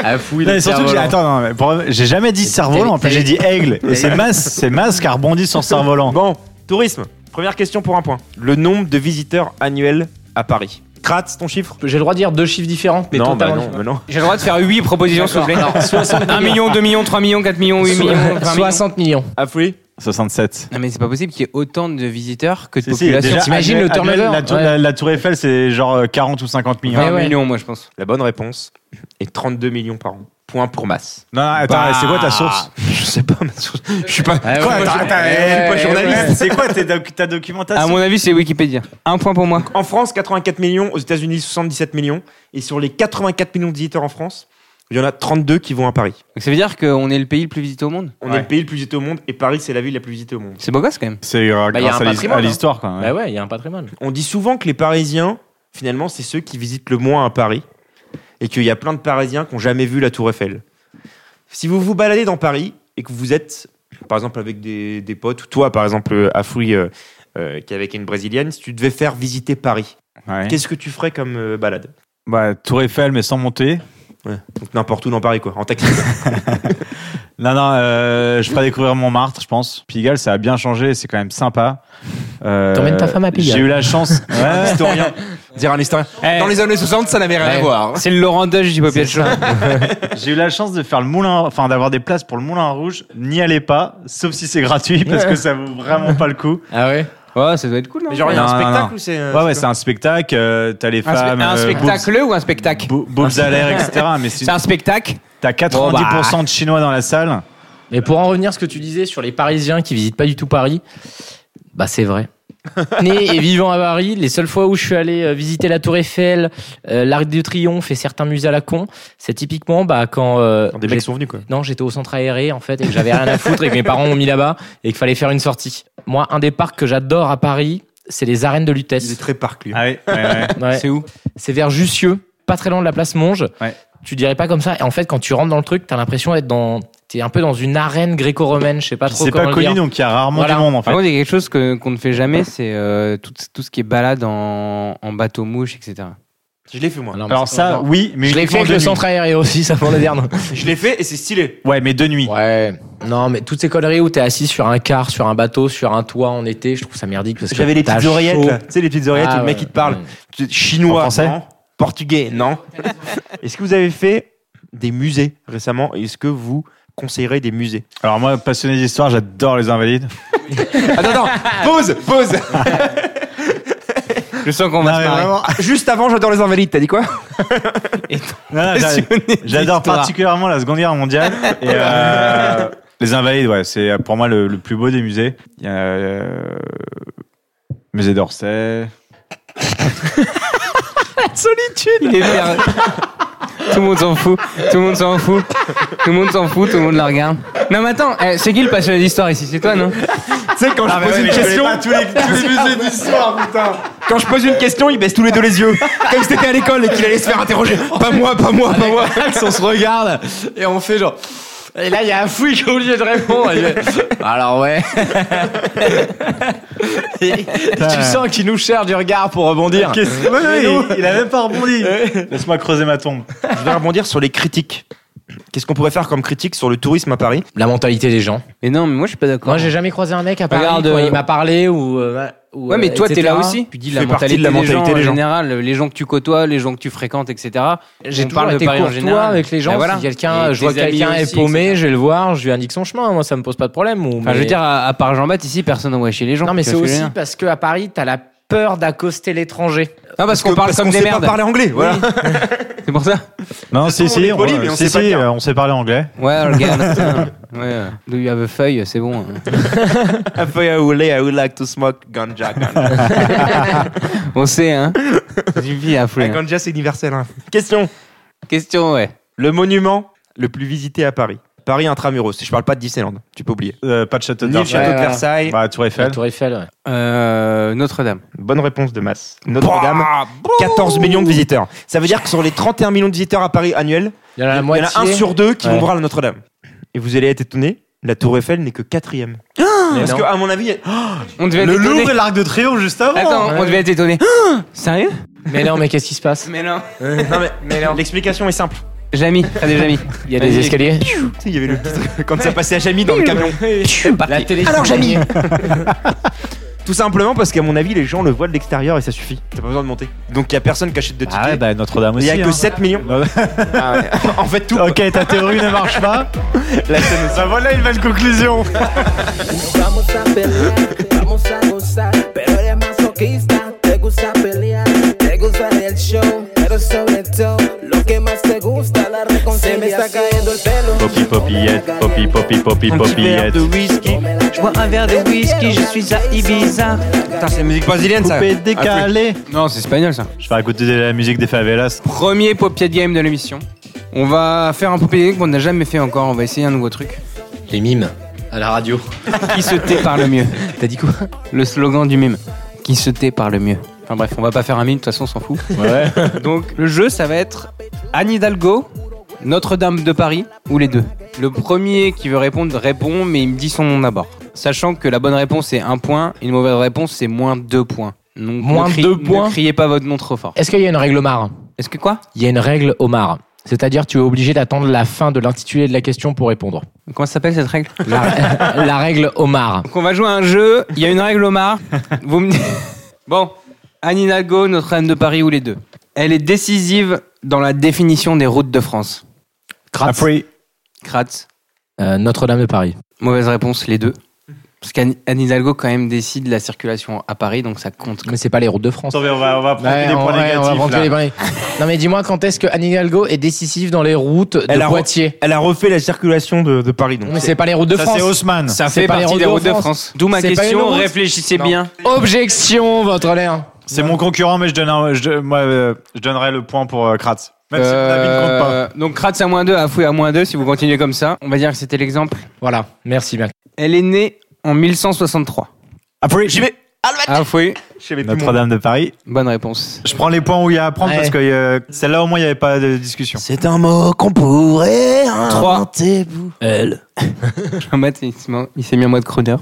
À fouiller Non, mais surtout que j'ai- attends, non, mais pour- j'ai jamais dit cerf-volant, en plus j'ai dit aigle. Et c'est masse, c'est masse qui a rebondi sur cerf-volant. Bon, tourisme. Première question pour un point. Le nombre de visiteurs annuels à Paris. Kratz, ton chiffre J'ai le droit de dire deux chiffres différents, mais Non, bah totalement non, bah non. J'ai le droit de faire 8 propositions, s'il vous plaît. 1 million, 2 millions, 3 millions, 4 millions, 8 différents. millions, 20 millions. 60 millions. Afri 67. Non, mais c'est pas possible qu'il y ait autant de visiteurs que de Si, si, population. déjà, t'imagines annuel- le turnover, annuel, la, tour, ouais. la- la tour Eiffel, c'est genre euh, 40 ou 50 millions. Ouais. 20 millions, moi, je pense. La bonne réponse est 32 millions par an. Point pour masse. Non, non, attends, Bah. c'est quoi ta source Je sais pas, ma source. Je suis pas. Ah ouais, moi, Quoi, Ah attends, je- attends, ouais, je suis pas ouais, Ah, journaliste. C'est quoi tes doc- ta documentation À mon avis, c'est Wikipédia. Un point pour moi. En France, 84 millions, aux États-Unis, 77 millions. Et sur les 84 millions de visiteurs en France, il y en a 32 qui vont à Paris. Donc ça veut dire qu'on est le pays le plus visité au monde. On Ouais. est le pays le plus visité au monde et Paris, c'est la ville la plus visitée au monde. C'est beau gosse, quand même. C'est euh, Bah, y a grâce à un l'his- patrimoine, à l'histoire, quoi. ouais. Bah ouais, il y a un patrimoine. On dit souvent que les Parisiens, finalement, c'est ceux qui visitent le moins à Paris et qu'il y a plein de Parisiens qui n'ont jamais vu la Tour Eiffel. Si vous vous baladez dans Paris et que vous êtes, par exemple, avec des, des potes, ou toi, par exemple, euh, Afoui, euh, euh, qui est avec une Brésilienne, si tu devais faire visiter Paris, Bah Ouais. qu'est-ce que tu ferais comme euh, balade Bah, tour Eiffel, mais sans monter. Donc n'importe où dans Paris, quoi, en taxi. Non, non, euh, je ferai découvrir Montmartre, je pense. Pigalle, ça a bien changé, c'est quand même sympa. Euh, T'emmènes ta femme à Pigalle. J'ai eu la chance. Ouais. historien. Dire un historien. Eh, Dans les années 60, ça n'avait rien Ouais. à hein. voir. C'est le Laurent Dodge du papier de choix. J'ai eu la chance de faire le moulin, enfin d'avoir des places pour le moulin rouge. N'y allez pas, sauf si c'est gratuit, parce que ça vaut vraiment pas le coup. Ah ouais Ouais, ça doit être cool, hein. non Mais genre, il y a Non, un non, spectacle non. ou c'est. euh, Ouais, ouais, quoi c'est un spectacle. euh, t'as les Un, spe- femmes, un euh, spectacle ou un spectacle boobs, boobs à l'air, etc. Mais si C'est un spectacle bah. t'as 90% de Chinois dans la salle. Mais pour en revenir à ce que tu disais sur les Parisiens qui visitent pas du tout Paris, bah c'est vrai. Né et vivant à Paris, les seules fois où je suis allé euh, visiter la Tour Eiffel, euh, l'Arc de Triomphe et certains musées à la con, c'est typiquement bah quand euh, Des mecs qui sont venus, quoi. non, j'étais au centre aéré en fait et que j'avais rien à foutre et que mes parents m'ont mis là-bas et qu'il fallait faire une sortie. Moi, un des parcs que j'adore à Paris, c'est les arènes de Il est Lutèce. très parc, lui. Ah ouais, ouais, ouais. Ouais. C'est où C'est vers Jussieu, pas très loin de la place Monge. Ouais. Tu dirais pas comme ça. Et en fait, quand tu rentres dans le truc, t'as l'impression d'être dans, t'es un peu dans une arène gréco-romaine. Je sais pas trop C'est pas comment le connu, dire. donc il y a rarement Voilà. du monde en fait. Par contre, il y a quelque chose que- qu'on ne fait jamais, c'est euh, tout, tout ce qui est balade en, en bateau mouche, etc. Je l'ai fait, moi. Non, mais Alors c'est- ça, non. oui, mais je l'ai uniquement fait avec de le nuit. centre aéré aussi, ça pour le dire. non. Je l'ai fait et c'est stylé. Ouais, mais de nuit. Ouais. Non, mais toutes ces conneries où t'es assis sur un car, sur un bateau, sur un toit en été, je trouve ça merdique parce que J'avais les t'as petites oreillettes, chaud. là. Tu sais, les petites oreillettes, Ah où le mec, ouais. il te parle. Mm. Tu- Chinois, En français non. Portugais, non. Est-ce que vous avez fait des musées récemment et Est-ce que vous conseillerez des musées Alors moi, passionné d'histoire, j'adore les invalides. Attends, attends, pause, pause. Je sens Non, qu'on Ah va mais se marrer. vraiment. Juste avant, j'adore les invalides, t'as dit quoi Non, non, j'a- J'adore particulièrement la Seconde Guerre mondiale. Et euh, les Invalides, ouais, c'est euh, pour moi le, le plus beau des musées. Il y a euh, le musée d'Orsay. Il est perdu. Tout le monde s'en fout, tout le monde s'en fout, tout le monde s'en fout, tout le monde la regarde. Non mais attends, eh, c'est qui le passionné d'histoire ici C'est toi non Tu sais, Ah, Ah, quand je pose une question, tous les, musées d'histoire, putain. quand je pose une question, ils baissent tous les deux les yeux, comme si t'étais à l'école et qu'il allait se faire interroger. Pas moi, pas moi, pas moi. on se regarde et on fait genre. Et là, il y a un fou qui est obligé de répondre. Il fait, Alors ouais. Et tu sens qu'il nous cherche du regard pour rebondir. Qu'est-ce- Ouais, ouais, il, il a même pas rebondi. Laisse-moi creuser ma tombe. Je vais rebondir sur les critiques. Qu'est-ce qu'on pourrait faire comme critique sur le tourisme à Paris La mentalité des gens. Mais non, mais moi je suis pas d'accord. Moi, j'ai jamais croisé un mec à Paris Regarde, quand euh, il m'a parlé ou. euh, ou, Ouais, mais euh, toi, t'es etc.. là aussi. Tu dis la fais partie mentalité, de la des, gens, Ah, mentalité des gens. en général, les gens que tu côtois, les gens que tu fréquentes, etc. J'ai On toujours parle de été Paris en courtois général. avec les gens. Ben voilà. Si quelqu'un, Et je vois tes amis quelqu'un est aussi, paumé, etc. je vais le voir, je lui indique son chemin. Moi, ça me pose pas de problème. Ou- Enfin, je veux mais- dire, à, à part Jean-Baptiste, ici, personne n'a chez les gens. non, mais Tu c'est vois ce que je aussi veux dire parce que à Paris, t'as la peur d'accoster l'étranger. Non, parce qu'on parle parce comme qu'on des sait pas merdes. parler anglais, voilà. C'est pour ça Non, si, on si, est poli, mais on si, sait pas si, dire. euh, on sait parler anglais. Ouais, regarde. ouais. Do you have a feuille C'est bon. hein. I would like to smoke ganja. On sait, hein J'ai à fouler. hein. ganja, c'est universel. hein. Question. Question, ouais. Le monument le plus visité à Paris. Paris intramuros. Je parle pas de Disneyland. Tu peux oublier. Euh, pas de château Ni le d'Argent. château Ouais, de voilà. Versailles. Bah, Tour La Eiffel. Tour Eiffel. ouais. Euh, Notre-Dame. Bonne réponse de masse. Notre-Dame. 14 millions de visiteurs. Ça veut dire que sur les 31 millions de visiteurs à Paris annuels, Il y en a la il y en moitié. a un sur deux qui Ouais. vont voir la Notre-Dame. Et vous allez être étonné, la Tour Eiffel n'est que quatrième. Mais Parce non. que, à mon avis, On devait être étonné. l'Arc de Triomphe juste avant. Attends, Ouais. on devait être étonné. Sérieux Mais non, mais qu'est-ce qui se passe Mais non. Non, mais- l'explication est simple. Jamy, t'as des Jamy. Il y a Vas-y. des escaliers. Tu sais, il y avait le petit truc quand ça passait à Jamy dans le camion. La télé. Alors, Jamy Tout simplement parce qu'à mon avis, les gens le voient de l'extérieur et ça suffit. T'as pas besoin de monter. Donc, il y a personne qui achète de tickets. Ah ouais, bah Notre-Dame Il aussi. n'y a que hein. 7 millions. en fait, tout. ok, ta théorie ne marche pas. Bah, La scène est- voilà une belle conclusion. Vamos a pelear, vamos a gozar, pero eres masoquista, te gusta pelear, te gusta el show, pero sobre todo lo que más te gusta la reconciliación. Se me está cayendo el pelo. Poppy, popillette, poppy, poppy, poppy, Un petit verre popillette. de whisky. Je bois un verre de whisky, je suis à Ibiza. Putain, c'est la musique brésilienne ça. Coupé, décalé. Non, Ah, c'est espagnol ça. Je vais écouter de la musique des favelas. Premier Popiat Game de l'émission. On va faire un Popiat Game qu'on n'a jamais fait encore. On va essayer un nouveau truc. Les mimes à la radio. Qui se tait par le mieux T'as dit quoi Le slogan du mime. Qui se tait par le mieux Enfin bref, on va pas faire un mime, de toute façon, on s'en fout. Ouais. Donc le jeu, ça va être Anne Hidalgo, Notre-Dame de Paris ou les deux. Le premier qui veut répondre répond, mais il me dit son nom d'abord. Sachant que la bonne réponse c'est un point, une mauvaise réponse c'est moins deux points. Donc, Moins ne cri- deux ne points criez pas votre nom trop fort. Est-ce qu'il y a une règle Omar Est-ce que quoi Il y a une règle Omar. C'est-à-dire, tu es obligé d'attendre la fin de l'intitulé de la question pour répondre. Comment ça s'appelle cette règle La, la règle Omar. Donc on va jouer à un jeu, il y a une règle Omar. Vous me dites- Bon, Anne Hidalgo, Notre-Dame de Paris ou les deux. Elle est décisive dans la définition des routes de France. Kratz. Après, Kratz, Euh, Notre-Dame de Paris. mauvaise réponse, les deux. Parce qu'Anne Anne Hidalgo quand même décide la circulation à Paris, donc ça compte. Mais c'est pas les routes de France. attends, mais on va, on va prendre Ouais, des on- points ouais, on va négatifs. rentrer les là. points nég- Non mais dis-moi quand est-ce que Anne Hidalgo est décisive dans les routes de Elle a re- Poitiers Elle a refait la circulation de, de Paris donc. Non mais c'est pas les routes de Ça, France. c'est Haussmann. Ça C'est fait pas les partie des routes de France. D'où ma C'est pas une question, route. réfléchissez Non. bien. Objection, votre l'air. C'est mon concurrent, mais je, donne un- je, moi, euh, je donnerai le point pour euh, Kratz. Même si mon avis ne compte pas. Euh, donc Kratz à moins 2, Afoué à moins 2, si vous continuez comme ça. On va dire que c'était l'exemple. Voilà, merci Mac. Elle est née en 1163. Après, j'y vais. Afoué, Notre-Dame de Paris. bonne réponse. Je prends les points où il y a à prendre Ouais. parce que euh, celle-là, au moins, il n'y avait pas de discussion. C'est un mot qu'on pourrait 3. Elle. Jean-Baptiste, il s'est mis en- il s'est mis en mode crooner.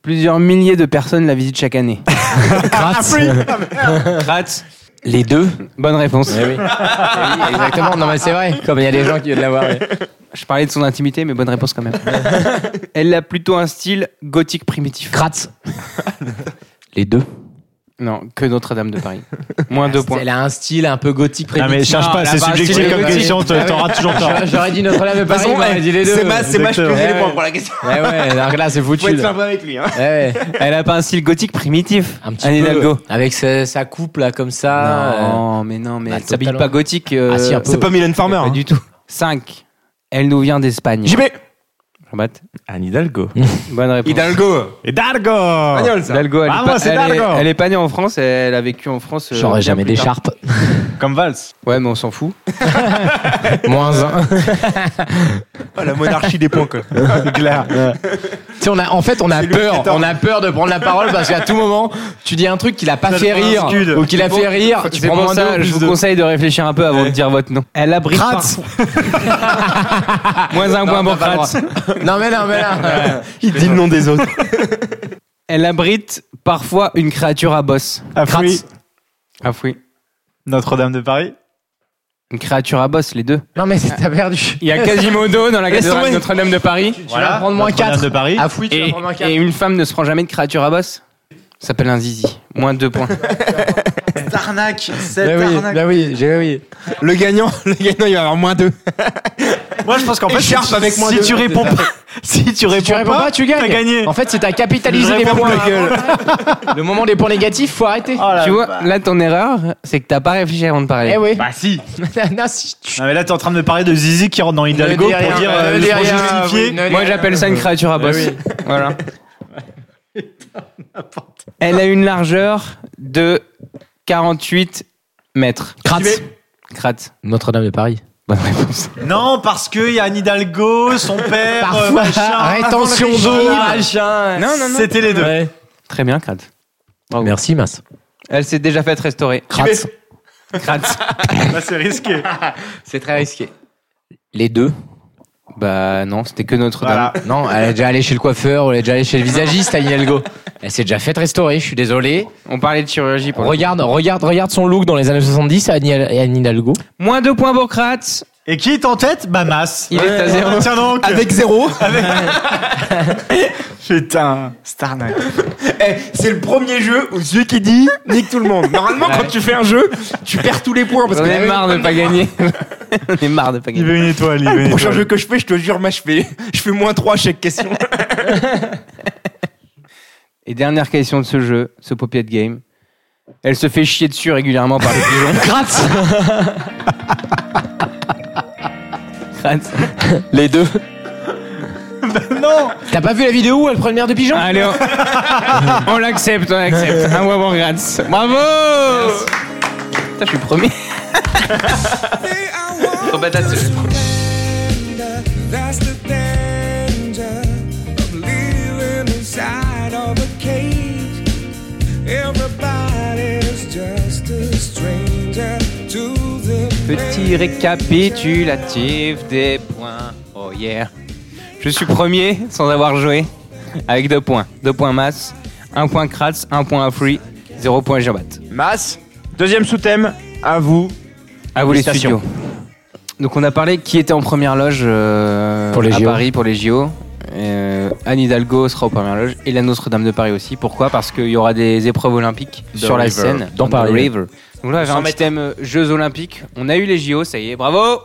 Plusieurs milliers de personnes la visitent chaque année. Kratz. Kratz, les deux. bonne réponse. Eh oui. Eh oui, Exactement. Non mais c'est vrai. Comme il y a des gens qui viennent la voir. ouais. Je parlais de son intimité, mais bonne réponse quand même. Elle a plutôt un style gothique primitif. Kratz. Les deux. Non, que Notre-Dame de Paris. Moins 2 points. Elle a un style un peu gothique. Non, Ah, mais primitif. cherche Non, pas, la c'est partie subjectif des comme petits. question, te- t'auras toujours tort. J'aurais- J'aurais dit Notre-Dame de Paris. J'aurais dit les deux. Eh C'est masse, c'est masse, je te Exactement. fais les Ouais, points ouais. pour la question. Ouais ouais. Alors que là c'est Faut foutu. être là. sympa avec lui. Hein. Ouais, ouais. Elle a pas un style gothique primitif. Un petit Anne peu. euh, Hidalgo. Avec sa, sa coupe là comme ça. Non, mais non, mais Ah. bah, elle s'habille totalement. pas gothique. Ah, si, un peu. C'est pas Mylène Farmer. Pas hein. du tout. 5. Elle nous vient d'Espagne. J'y vais. Jean-Baptiste, Anne Hidalgo. Bonne réponse. Hidalgo. Et Dargo Espagnol, ça. Hidalgo, elle, Ah, est moi, pas, c'est elle, est, Hidalgo. elle est pas née en France, elle a vécu en France. euh, J'aurais bien jamais plus tard. d'écharpe. Comme Valls. Ouais, mais on s'en fout. Moins un. Ah, la monarchie des points, quoi. C'est clair. Tu sais, on a, en fait, on a peur. On a peur de prendre la parole parce qu'à tout moment, tu dis un truc qui l'a pas fait prend un rire scud. ou qui l'a C'est fait pour- rire. Tu C'est prends pour moins ça, deux. je vous conseille de réfléchir un peu avant de dire votre nom. Elle abrite Kratz. par- Moins un point Non, pour t'as pas Kratz. le droit. Non, mais non, mais là. Il dit le nom des autres. Elle abrite parfois une créature à bosse. Ah, oui. Ah oui. Notre-Dame de Paris. Une créature à bosse, les deux. Non, mais c'est- t'as perdu. Il y a Quasimodo dans la Laisse cathédrale tomber. Notre-Dame de Paris. Tu vas prendre moins Notre-Dame 4. de Paris. Ah, fouille, tu vas Et, prendre moins et 4. une femme ne se prend jamais de créature à bosse. Ça s'appelle un zizi. Moins deux points. Ah, Tarnac. Bah oui, bah oui, j'ai oui. Le gagnant, le gagnant, il va avoir moins 2. Moi, je pense qu'en fait, Écharpe avec moins si deux. tu réponds pas, si tu réponds, Tu réponds pas, tu gagnes. T'as gagné. En fait, si t'as capitalisé les points. Le moment des points négatifs, faut arrêter. tu vois, bah. là, ton erreur, c'est que t'as pas réfléchi avant de parler. Eh oui. Bah si. Non, si tu- Non mais là, t'es en train de me parler de Zizi qui rentre dans Hidalgo Ne dis pour rien, dire ne euh, dis pour rien, justifier. oui, ne dis Moi, rien. j'appelle ça une créature à bosse. Eh oui. Voilà. Elle a une largeur de 48 mètres. Kratz. Kratz. Notre-Dame de Paris. Bonne réponse. Non, parce qu'il y a un Hidalgo, son père, euh, machin. rétention d'eau. Non, non, non. Ah, C'était les deux. Ouais. Très bien, Kratz. Merci, Mas. Elle s'est déjà faite restaurer. Kratz. Kratz. Bah, c'est risqué. C'est très risqué. Les deux. Bah non, c'était que Notre-Dame. Non, elle est déjà allée chez le coiffeur, ou elle est déjà allée chez le visagiste à Hidalgo. Elle s'est déjà faite restaurer, je suis désolé. On parlait de chirurgie pour Regarde, regarde, regarde son look dans les années 70 à Annie- à Anne Hidalgo. Moins deux points pour Kratz. Et qui est en tête Bah Mas. Ah, Il est à zéro. Tiens donc. Avec 0. Putain, Starnac. c'est le premier jeu où celui qui dit nique tout le monde. Normalement, quand tu fais un jeu, tu perds tous les points parce On que est marre de pas gagner. On est marre de pas Il gagner. veut une étoile. Il veut le une prochain jeu étoile. que je fais, je te jure, moi, je fais, je fais moins 3 à chaque question. Et dernière question de ce jeu, ce Popiette Game. Elle se fait chier dessus régulièrement par les pigeons. Kratz Kratz. Les deux. Non. T'as pas vu la vidéo où elle prend une mère de pigeon Allez, on, on l'accepte, on l'accepte. Un mois pour Kratz. Bravo Putain, je suis premier. Trop patate, ce jeu. That's the danger of living inside of a cage. Everybody's just a stranger to the Petit récapitulatif des points. Oh yeah. Je suis premier sans avoir joué. Avec deux points. Deux points masse, un point Kratz, un point Afri, zéro point Jabat. Mas, deuxième sous-thème, à vous. À vous les Félicitations. studios. Donc on a parlé qui était en première loge euh, Pour les à JO. Paris pour les JO. Euh, Anne Hidalgo sera en première loge et la Notre-Dame de Paris aussi. Pourquoi Parce qu'il y aura des épreuves olympiques sur la River. scène. Dans The Paris. River. Donc là, on avait 100 un petit mètres. thème euh, Jeux olympiques. On a eu les JO, ça y est, bravo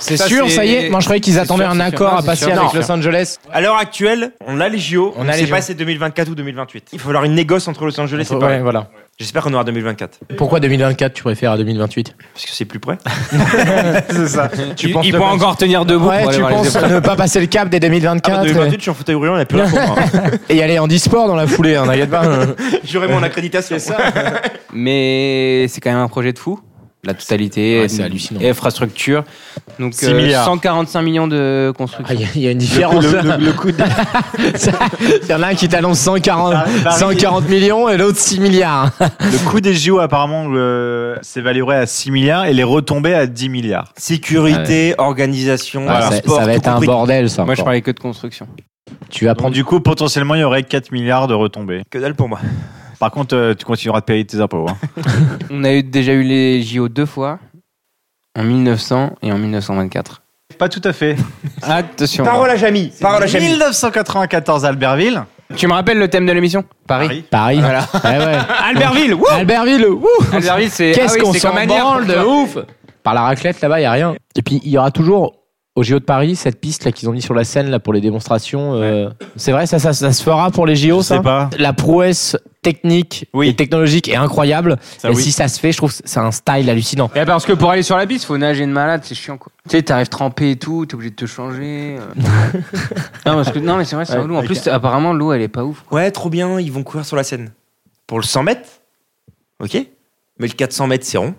C'est Ça, sûr, c'est- ça y est. Moi, je croyais qu'ils c'est attendaient sûr, un c'est sûr. accord Non, à c'est passer sûr. avec Non. Los Angeles. À l'heure actuelle, on a les JO. On On a ne les sait JO. pas si c'est 2024 ou 2028. Il va falloir une négoce entre Los Angeles et Paris. Ouais, voilà. J'espère qu'on aura 2024. Pourquoi 2024 tu préfères à 2028 Parce que c'est plus près. Tu il il peut encore tenir debout Ouais, pour aller tu voir les penses épreuves. ne pas passer le cap des Ah, bah, 2024 2028, je suis en fauteuil roulant, il n'y a plus rien pour moi. et, et aller en e-sport dans la foulée, hein, t'inquiète pas. J'aurai mon accréditation. Mais c'est quand même un projet de fou. La totalité, Ouais, c'est hallucinant. infrastructure. Donc Six euh, milliards. 145 millions de Ah, construction. Il y, a- il y a une différence. Il y en a un qui t'annonce 140, Paris- Paris. 140 millions et l'autre 6 milliards. Le coût des JO apparemment euh, s'évaluerait à 6 milliards et les retombées à 10 milliards. Sécurité, organisation, Ah, ça, sport, ça va tout être un compris. bordel, ça. Moi, je encore. parlais que de construction. Tu vas Donc, prendre du coup, potentiellement, il y aurait 4 milliards de retombées. Que dalle pour moi. Par contre, euh, tu continueras de payer tes impôts. hein. On a eu, déjà eu les JO deux fois, en 1900 et en 1924. Pas tout à fait. Attention. Parole à Jamy. Parole à Jamy. 1994 à Albertville. Tu me rappelles le thème de l'émission Paris. Paris. Paris. Eh Ouais, ouais. Albertville. Wouh Albertville, ouh Albertville, c'est Qu'est-ce ah oui, qu'on c'est s'en comme Agnières, branle de pour toi. ouf Par la raclette, là-bas, il n'y a rien. Et puis, il y aura toujours, au JO de Paris, cette piste là qu'ils ont mis sur la scène là, pour les démonstrations. euh, C'est vrai, ça, ça, ça se fera pour les JO, Je sais ça pas. La prouesse technique Oui. et technologique est incroyable. Ça, et oui. si ça se fait, je trouve que c'est un style hallucinant. Eh, parce que pour aller sur la piste, faut nager de malade, c'est chiant quoi. Tu sais, t'arrives trempé et tout, t'es obligé de te changer. euh. non, parce que- non, mais c'est vrai, c'est relou. En plus, apparemment, l'eau, elle est pas ouf. Ouais, trop bien, ils vont courir sur la scène. Pour le 100 mètres, ok Mais le 400 mètres, c'est rond.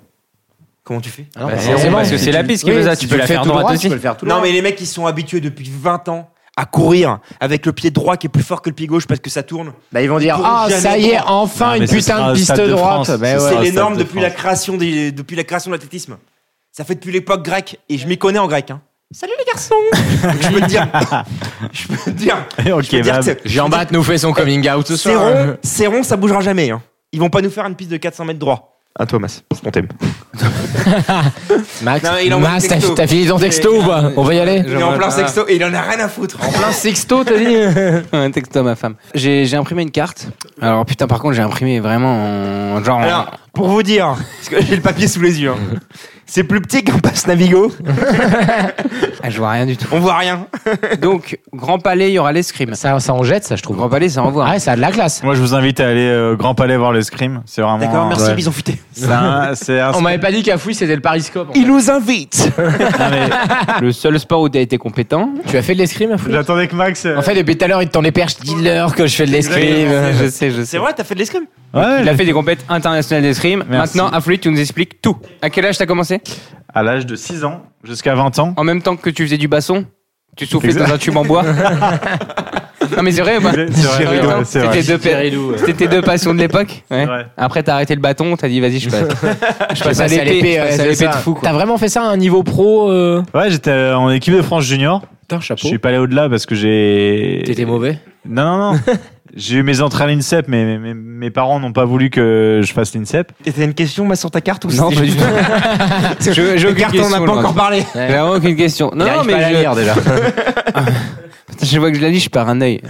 Comment tu fais Ah non, Bah, pas c'est forcément. parce que c'est la piste qui veut ça. Tu peux la faire droite aussi. Tu peux le faire tout droit. Non, mais les mecs, ils sont habitués depuis 20 ans à courir avec le pied droit qui est plus fort que le pied gauche parce que ça tourne. Bah, ils vont dire Ils courent Ah, jamais ça y est, droit. enfin Ah, une mais ce sera putain au de piste Stade de droite. France. Ben Ce ouais. sera- ouais. c'est au les Stade normes de depuis la France. création des, depuis la création de l'athlétisme. Ça fait depuis l'époque grecque et je m'y connais en grec. Hein. Salut les garçons. Donc, je peux te dire, je peux te dire, je peux ok, te dire bah, que c'est- Jean Bat nous fait son coming out ce c'est soir. hein. rond, c'est rond, ça bougera jamais. Hein. Ils vont pas nous faire une piste de 400 mètres droit. À Thomas, on t'aime. Max, Non, mais il envoie Max le t'as texto. t'as fini ton texto ou pas On va y aller Il est euh, en plein sexto et il en a rien à foutre. En plein Sexto, t'as dit Un texto à ma femme. J'ai j'ai imprimé une carte. Alors putain, par contre, j'ai imprimé vraiment en- genre. en- Ah. Alors, pour vous dire, parce que j'ai le papier sous les yeux, hein. c'est plus petit qu'un passe Navigo, Ah, je vois rien du tout. on voit rien. Donc, Grand Palais, il y aura l'escrime. Ça, ça en jette, ça, je trouve. Grand Palais, ça envoie. Ah, ouais, ça a de la classe. Moi, je vous invite à aller euh, au Grand Palais voir l'escrime. C'est vraiment. D'accord, merci, Ouais. ils ont fuité. C'est un- C'est un On m'avait pas dit qu'à fouille, c'était le Pariscope. en fait. nous invitent Ah, Le seul sport où t'as été compétent. Tu as fait de l'escrime à fouille J'attendais que Max. euh, En fait, depuis tout à l'heure, il t'en est perche. Dis-leur que je fais de l'escrime. Je sais, je sais. C'est vrai, t'as fait de l'escrime ouais, Il a fait des compètes internationales d'escrime. Merci. Maintenant, Afri, tu nous expliques tout. À quel âge t'as commencé à l'âge de 6 ans jusqu'à 20 ans. En même temps que tu faisais du basson Tu soufflais Exact. dans un tube en bois Non, mais c'est vrai ou pas C'est vrai, En même temps, ouais, c'est vrai. C'était deux pa- c'était tes deux passions de l'époque. Ouais. Ouais. Après, t'as arrêté le bâton, t'as dit vas-y, je passe. Je passe Ça, à c'est l'épée, ouais, je passe à c'est l'épée de ça. fou. quoi. T'as vraiment fait ça à un niveau pro euh, Ouais, j'étais euh, en équipe de France junior. Putain, Je chapeau. suis pas allé au-delà parce que j'ai. T'étais mauvais. Non, non, non. J'ai eu mes entrées à l'INSEP, mais mais- mais mes parents n'ont pas voulu que je fasse l'INSEP. Et T'as une question, moi, sur ta carte ou Non, c'était pas du juste- tout. Je, je Carte, on n'a pas encore parlé. J'ai vraiment aucune question. Il Non, non, arrive mais pas à la je, lire, déjà. je vois que je la lis, je perds un œil.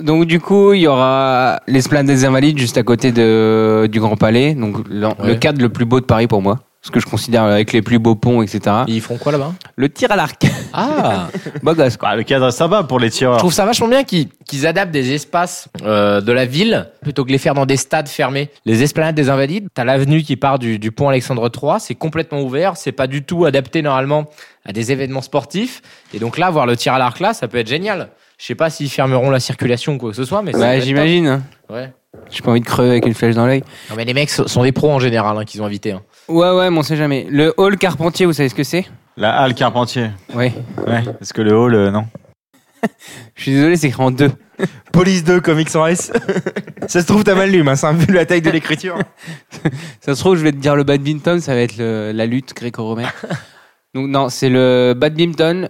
donc, du coup, il y aura l'esplanade des Invalides juste à côté de, du Grand Palais. Donc, l'en- Ouais. le cadre le plus beau de Paris pour moi. Ce que je considère avec les plus beaux ponts, etc. Ils font quoi là-bas Le tir à l'arc. Ah Beau gosse, quoi. Ah, le cadre, ça va pour les tireurs. Je trouve ça vachement bien qu'ils qu'ils adaptent des espaces euh, de la ville plutôt que les faire dans des stades fermés. Les esplanades des Invalides, t'as l'avenue qui part du, du pont Alexandre III, c'est complètement ouvert, c'est pas du tout adapté normalement à des événements sportifs. Et donc là, voir le tir à l'arc là, ça peut être génial. Je sais pas s'ils fermeront la circulation ou quoi que ce soit, mais ça peut Bah, être j'imagine. hein. top. Ouais. J'ai pas envie de crever avec une flèche dans l'œil. Non mais les mecs so- sont des pros en général hein, qu'ils ont invités. hein. Ouais, ouais, mais on sait jamais. Le hall Carpentier, vous savez ce que c'est La halle Carpentier. Ouais. Ouais. Parce que le hall, euh, non. Je suis désolé, c'est écrit en deux. Police 2, Comics en S. Ça se trouve, t'as mal lu, mais ça vu la taille de l'écriture. Ça se trouve, je vais te dire le badminton, ça va être le- la lutte gréco-romaine. Donc non, c'est le badminton,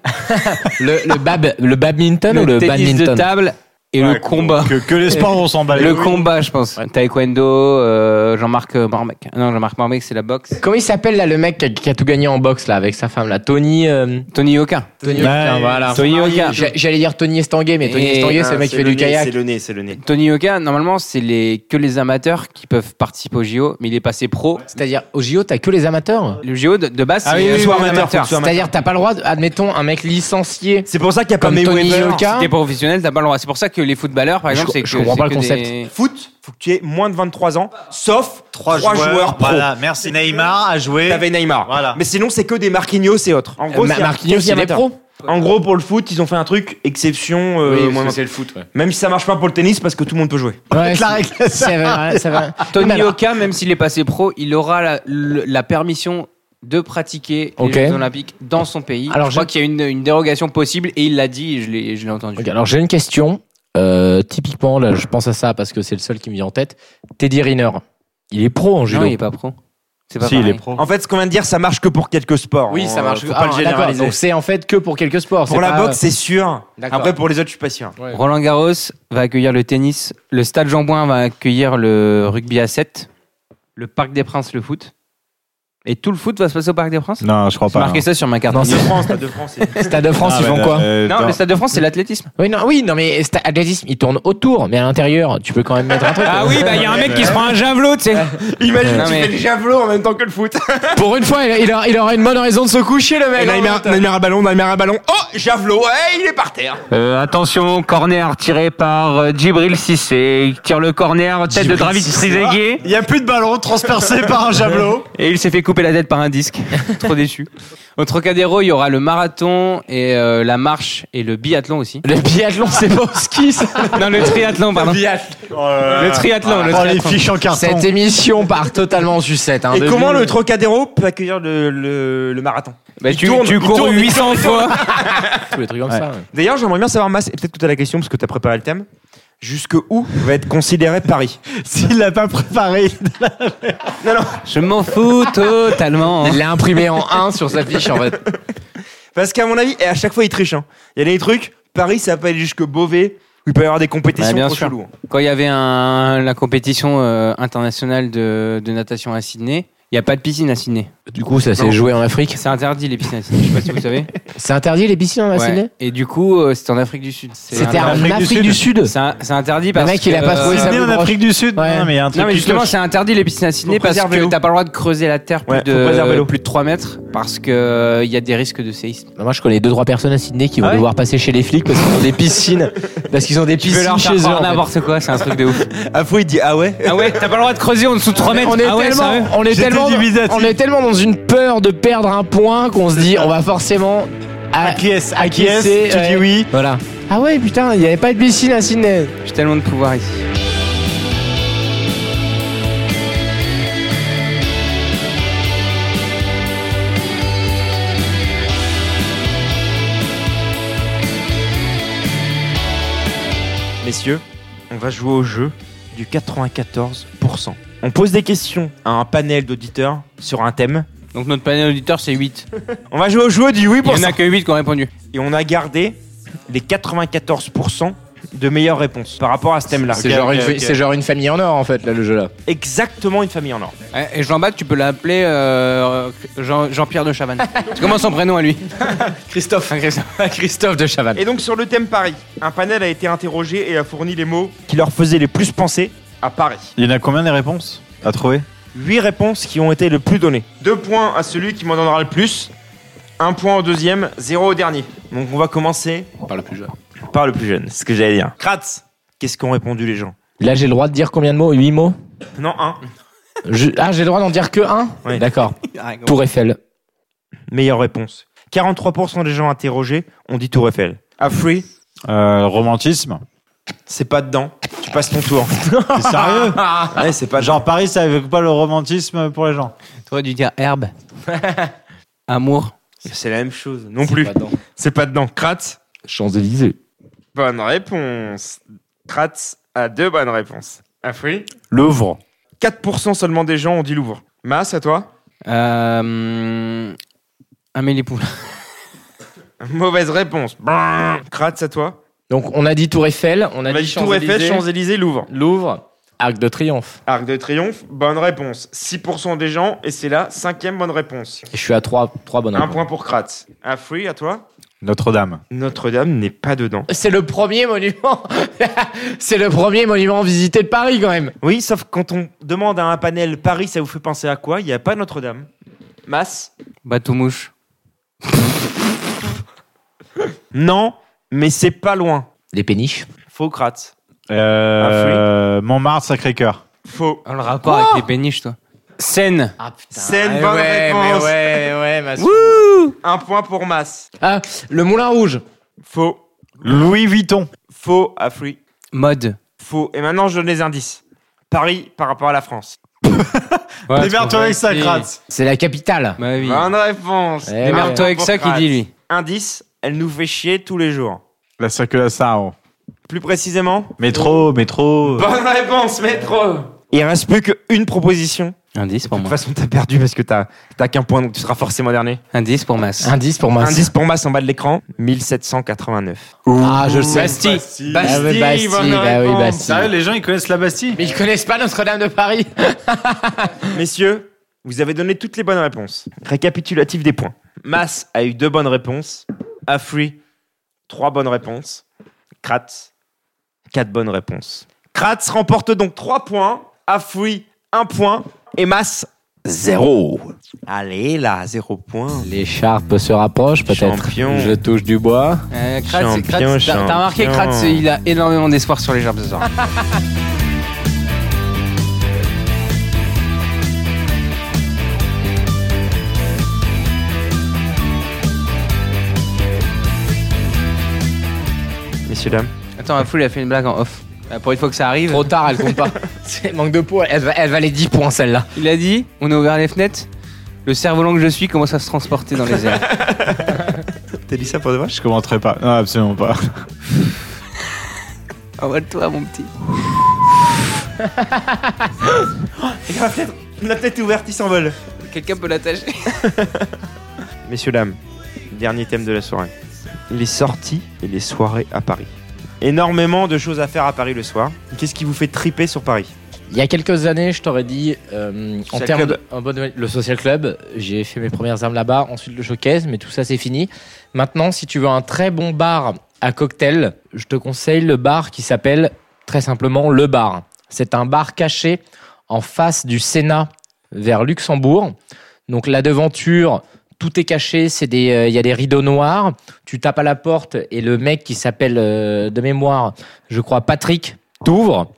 Le, le, bab, le badminton le, ou Ah le tennis de badminton table et le combat. Que, que les sports vont s'emballer. Ah. Le combat, je pense. Taekwondo, euh, Jean-Marc euh, Mormec. Non, Jean-Marc Mormec, c'est la boxe. Comment il s'appelle là le mec qui a, qui a tout gagné en boxe là avec sa femme là Tony euh, Tony Oka. Tony Ouais, Hawkin, voilà. Ah Tony Oka. J'a- J'allais dire Tony Estanguet mais Tony Et- Estanguet c'est le mec qui fait du kayak. C'est le nez, c'est le nez. Tony Oka, normalement, c'est les que les amateurs qui peuvent participer au JO, mais il est passé pro. C'est-à-dire au JO t'as que les amateurs. Le JO de, de base, Ah c'est euh, oui, oui, les oui, joueurs oui, amateurs. amateur, faut que ce soit amateur. C'est-à-dire t'as pas le droit, de- admettons un mec licencié C'est pour ça qu'il n'y a pas comme Tony Mayweather. Si Yoka. t'es professionnel, t'as pas le droit. C'est pour ça que les footballeurs, par Je exemple, co- c'est je que- comprends pas c'est le que concept. des- Foot, faut que tu aies moins de 23 ans, sauf 3, joueurs, pro. Voilà, merci Neymar à jouer. T'avais Neymar. Voilà. Mais sinon, c'est que des Marquinhos et autres. En gros, Ma- c'est un- Euh, Marquinhos c'est il est amateur. pro. En gros, pour le foot, ils ont fait un truc exception. euh, moins- le foot. Ouais, Même si ça marche pas pour le tennis, parce que tout le monde peut jouer. c'est- c'est vrai, c'est vrai. Mais Tony alors, Oka, même s'il est passé pro, il aura la, le- la permission de pratiquer Ok. les Jeux Olympiques dans son pays. Alors, je crois je- qu'il y a une, une dérogation possible et il l'a dit et je l'ai je l'ai entendu. Ok, alors j'ai une question. Euh, typiquement, là, je pense à ça parce que c'est le seul qui me vient en tête. Teddy Riner, il est pro en non, judo. il est pas pro. C'est pas Si, il pareil. est pro. En fait, ce qu'on vient de dire, ça marche que pour quelques sports. Oui, ça On- marche. Faut pas Ah, le d'accord. généraliser. Donc c'est en fait que pour quelques sports. Pour c'est la pas- boxe, c'est sûr. D'accord. Après, pour les autres, je suis pas sûr. Ouais. Roland Garros va accueillir le tennis. Le Stade Jean Bouin va accueillir le rugby à 7. Le Parc des Princes, le foot. Et tout le foot va se passer au Parc des Princes Non, je crois J'ai pas. marqué ça sur ma carte. De France, pas de France. c'est- euh, Stade de Ah, France, ils font bah, quoi euh, non, le Stade de France, c'est l'athlétisme. Oui, non, oui, non, mais sta- athlétisme, il tourne autour, mais à l'intérieur, tu peux quand même mettre un truc. Ah oui, bah il y a un mec qui se prend un javelot, tu sais. Imagine, Non, tu mais- fais le javelot en même temps que le foot. Pour une fois, il, il aura- il aura une bonne raison de se coucher, le Eh ben, mec. en même temps. Neymar à ballon, Neymar à ballon. Oh, javelot, ouais, il est par terre. Euh, attention, corner tiré par euh, Djibril Cissé. Il tire le corner, tête de Dravid Trezeguet. Il n'y a plus de ballon transpercé par un javelot. Et il s'est fait coupé la tête par un disque. Trop déçu. Au Trocadéro, il y aura le marathon et euh, la marche et le biathlon aussi. Le biathlon, c'est pas au ski, ça. Non, le Ah, triathlon, pardon. Le triathlon, le Oh, les triathlon. fiches en carton. Cette émission part totalement en sucette. hein, Et de comment vue. le Trocadéro peut accueillir le, le- le marathon Bah, Il tu, tourne, tu il cours tourne, il 800 fois. Tous les trucs comme Ouais. ça. ouais. D'ailleurs, j'aimerais bien savoir, Mas, et peut-être tout à la question, parce que tu as préparé le thème, jusque où va être considéré Paris S'il l'a pas préparé. Non, non, Je m'en fous totalement. hein. Il l'a imprimé en 1 sur sa fiche, en fait. parce qu'à mon avis, et à chaque fois, il triche. hein. Il y a des trucs, Paris, ça peut aller jusque Beauvais, où il peut y avoir des compétitions Ouais, bien trop sûr. cheloues. Quand il y avait un- la compétition euh, internationale de, de natation à Sydney, il n'y a pas de piscine à Sydney. Du coup, ça s'est joué en Afrique. C'est interdit les piscines à Sydney, je sais pas si vous savez. C'est interdit les piscines en Ouais. Afrique Et du coup, euh, c'était en Afrique du Sud. C'est C'était en interdit. Afrique, du Sud. C'est un- c'est interdit parce mec, que, il a pas trouvé euh, ça. Sydney me en branche. Afrique du Sud. Ouais. Non, mais il y a un truc Non mais qui justement cloche. c'est interdit les piscines à Sydney Faut parce préserver que l'eau. t'as pas le droit de creuser la terre plus, Ouais, faut préserver de, l'eau. plus de 3 mètres parce que euh, il y a des risques de séisme. Moi, je connais deux trois personnes à Sydney qui vont Ah ouais devoir passer chez les flics parce qu'ils ont des piscines, parce qu'ils ont des Tu veux piscines leur chez faire eux. croire en fait. n'importe quoi, c'est un truc de ouf. Afro, il dit Ah ouais Ah ouais, t'as pas le droit de creuser en dessous de 3 mètres. On est, ah ouais, tellement, sérieux on, est J'étais tellement, dubitatif. on est tellement dans une peur de perdre un point qu'on se dit on va forcément à- Acquiesce, acquiesce, acquiescer, tu dis ouais. oui. Voilà. Ah ouais putain, il n'y avait pas de piscine à Sydney. J'ai tellement de pouvoir ici. Messieurs, on va jouer au jeu du 94%. On pose des questions à un panel d'auditeurs sur un thème. Donc notre panel auditeur c'est 8. On va jouer au jeu du oui Il y pour en a que 8 qui ont répondu. Et on a gardé les 94% de meilleures réponses par rapport à ce thème-là. C'est genre, une- c'est genre une famille en or en fait là le jeu là. Exactement une famille en or. Eh, Et Jean Bat, tu peux l'appeler euh, Jean- Jean-Pierre de Chavannes. C'est comment son prénom à lui Christophe. Christophe de Chavannes. Et donc sur le thème Paris, un panel a été interrogé et a fourni les mots qui leur faisaient les plus penser à Paris. Il y en a combien des réponses à trouver 8 réponses qui ont été le plus données. 2 points à celui qui m'en donnera le plus. 1 point au deuxième, 0 au dernier. Donc on va commencer Par le plus jeune. par le plus jeune, c'est ce que j'allais dire. Kratz, qu'est-ce qu'ont répondu les gens Là j'ai le droit de dire combien de mots 8 mots Non, 1. Je- Ah j'ai le droit d'en dire que un Oui. D'accord. Pour- Tour Eiffel. Meilleure réponse. 43% des gens interrogés ont dit Tour Eiffel. Afri, Euh, Romantisme. Ah, c'est pas dedans. Tu passes ton tour. T'es sérieux Ouais, c'est pas Genre Paris, ça évoque pas le romantisme pour les gens. T'aurais dû dire herbe. Amour. C'est la même chose. Non plus. C'est pas dedans. Kratz. Champs-Élysées. Bonne réponse. Kratz a deux bonnes réponses. Afri. Louvre. 4% seulement des gens ont dit Louvre. Mas, à toi. Euh, Amélie Poulain. Mauvaise réponse. Brrr. Kratz, à toi. Donc on a dit Tour Eiffel, on a On a dit dit Tour Eiffel, Champs-Élysées, Champs-Élysées, Louvre. Louvre, Arc de Triomphe. Arc de Triomphe. Bonne réponse. 6% des gens et c'est la cinquième bonne réponse. Et je suis à 3 trois bonnes Un réponses. point pour Kratz. Afri, à toi. Notre-Dame. Notre-Dame n'est pas dedans. C'est le premier monument. c'est le premier monument visité de Paris quand même. Oui, sauf quand on demande à un panel Paris, ça vous fait penser à quoi Il n'y a pas Notre-Dame. Mas Bateau mouche. Non, mais c'est pas loin. Les péniches. Faux Kratz. Euh, Montmartre, Sacré-Cœur. Faux. le rapport avec les péniches, toi. Seine. Ah putain. Seine, Eh bonne ouais, réponse. mais ouais, ouais, ma Un point pour Mas. Ah, le Moulin Rouge. Faux. Louis Vuitton. Faux Afri. Mode. Faux. Et maintenant, je donne les indices. Paris par rapport à la France. Ouais, Démerde-toi avec ça, Oui. Kratz. C'est la capitale. Bah oui. Bonne réponse. Eh Un ouais. point Démerde-toi avec pour ça qui Kratz. dit lui. Indice, elle nous fait chier tous les jours. La circulation. Plus précisément Métro, métro. Bonne réponse, métro Il reste plus qu'une proposition. Indice pour De toute moi. façon, t'as perdu parce que t'as t'as qu'un point, donc tu seras forcément dernier. Indice pour masse. Indice pour moi. Indice pour masse en bas de l'écran, 1789. Ah, je le sais. Bastille. Ah ouais, Bastille, bonne bah oui, réponse. Sérieux, Bastille. les gens, ils connaissent la Bastille Mais ils connaissent pas Notre-Dame de Paris. Messieurs, vous avez donné toutes les bonnes réponses. Récapitulatif des points. Mas a eu deux bonnes réponses. Afri, trois bonnes réponses. Kratz, quatre bonnes réponses. Kratz remporte donc trois points. Afri, un point. Et Mas, zéro. Allez là, zéro point. L'écharpe se rapproche peut-être. Champion. Je touche du bois. Euh, Kratz, Champion, Kratz, t'as t'as remarqué champion. Kratz, il a énormément d'espoir sur les jambes ce soir. messieurs, dames. Attends, Afou, il a fait une blague en off. Euh, Pour une fois que ça arrive, Trop tard, elle compte pas. C'est manque de peau, elle, va- elle valait 10 points celle-là. il a dit on a ouvert les fenêtres, le cerf-volant que je suis commence à se transporter dans les airs. T'as dit ça pour de vrai Je commenterai pas. Non, absolument pas. Envole-toi, Ah, mon petit. La tête ouverte, il s'envole. Quelqu'un peut l'attacher Messieurs, dames, dernier thème de la soirée. Les sorties et les soirées à Paris. Énormément de choses à faire à Paris le soir. Qu'est-ce qui vous fait triper sur Paris Il y a quelques années, je t'aurais dit, euh, en Social termes Club. de- en bonne- le social club, j'ai fait mes premières armes là-bas, ensuite le showcase, mais tout ça c'est fini. Maintenant, si tu veux un très bon bar à cocktail, je te conseille le bar qui s'appelle très simplement Le Bar. C'est un bar caché en face du Sénat vers Luxembourg. Donc la devanture, tout est caché, c'est des, euh, il y a des rideaux noirs. Tu tapes à la porte et le mec qui s'appelle euh, de mémoire, je crois Patrick, t'ouvre.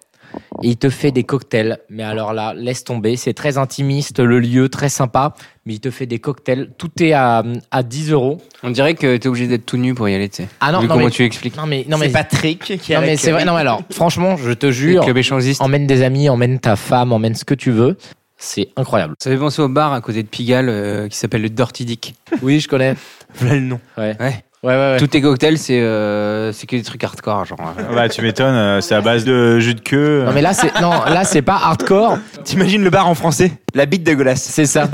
Et il te fait des cocktails. Mais alors là, laisse tomber. C'est très intimiste, le lieu, très sympa. Mais il te fait des cocktails. Tout est à, à 10 euros. On dirait que t'es obligé d'être tout nu pour y aller, tu sais. Ah non, Vu non, comment mais- tu expliques. Non, mais, non, mais, Patrick qui non, mais c'est vrai. Non, mais alors, franchement, je te Le jure, club échangiste. emmène des amis, emmène ta femme, emmène ce que tu veux. C'est incroyable. Ça fait penser au bar à côté de Pigalle euh, qui s'appelle le Dirty Dick. Oui, je connais. Voilà le nom. Ouais. Ouais. Ouais, ouais, ouais. Tous tes cocktails, c'est euh, c'est que des trucs hardcore, genre. euh, Bah, tu m'étonnes, euh, c'est à base de jus de queue. Non, mais là, c'est, non, là, c'est pas hardcore. T'imagines le bar en français La bite dégueulasse. C'est ça.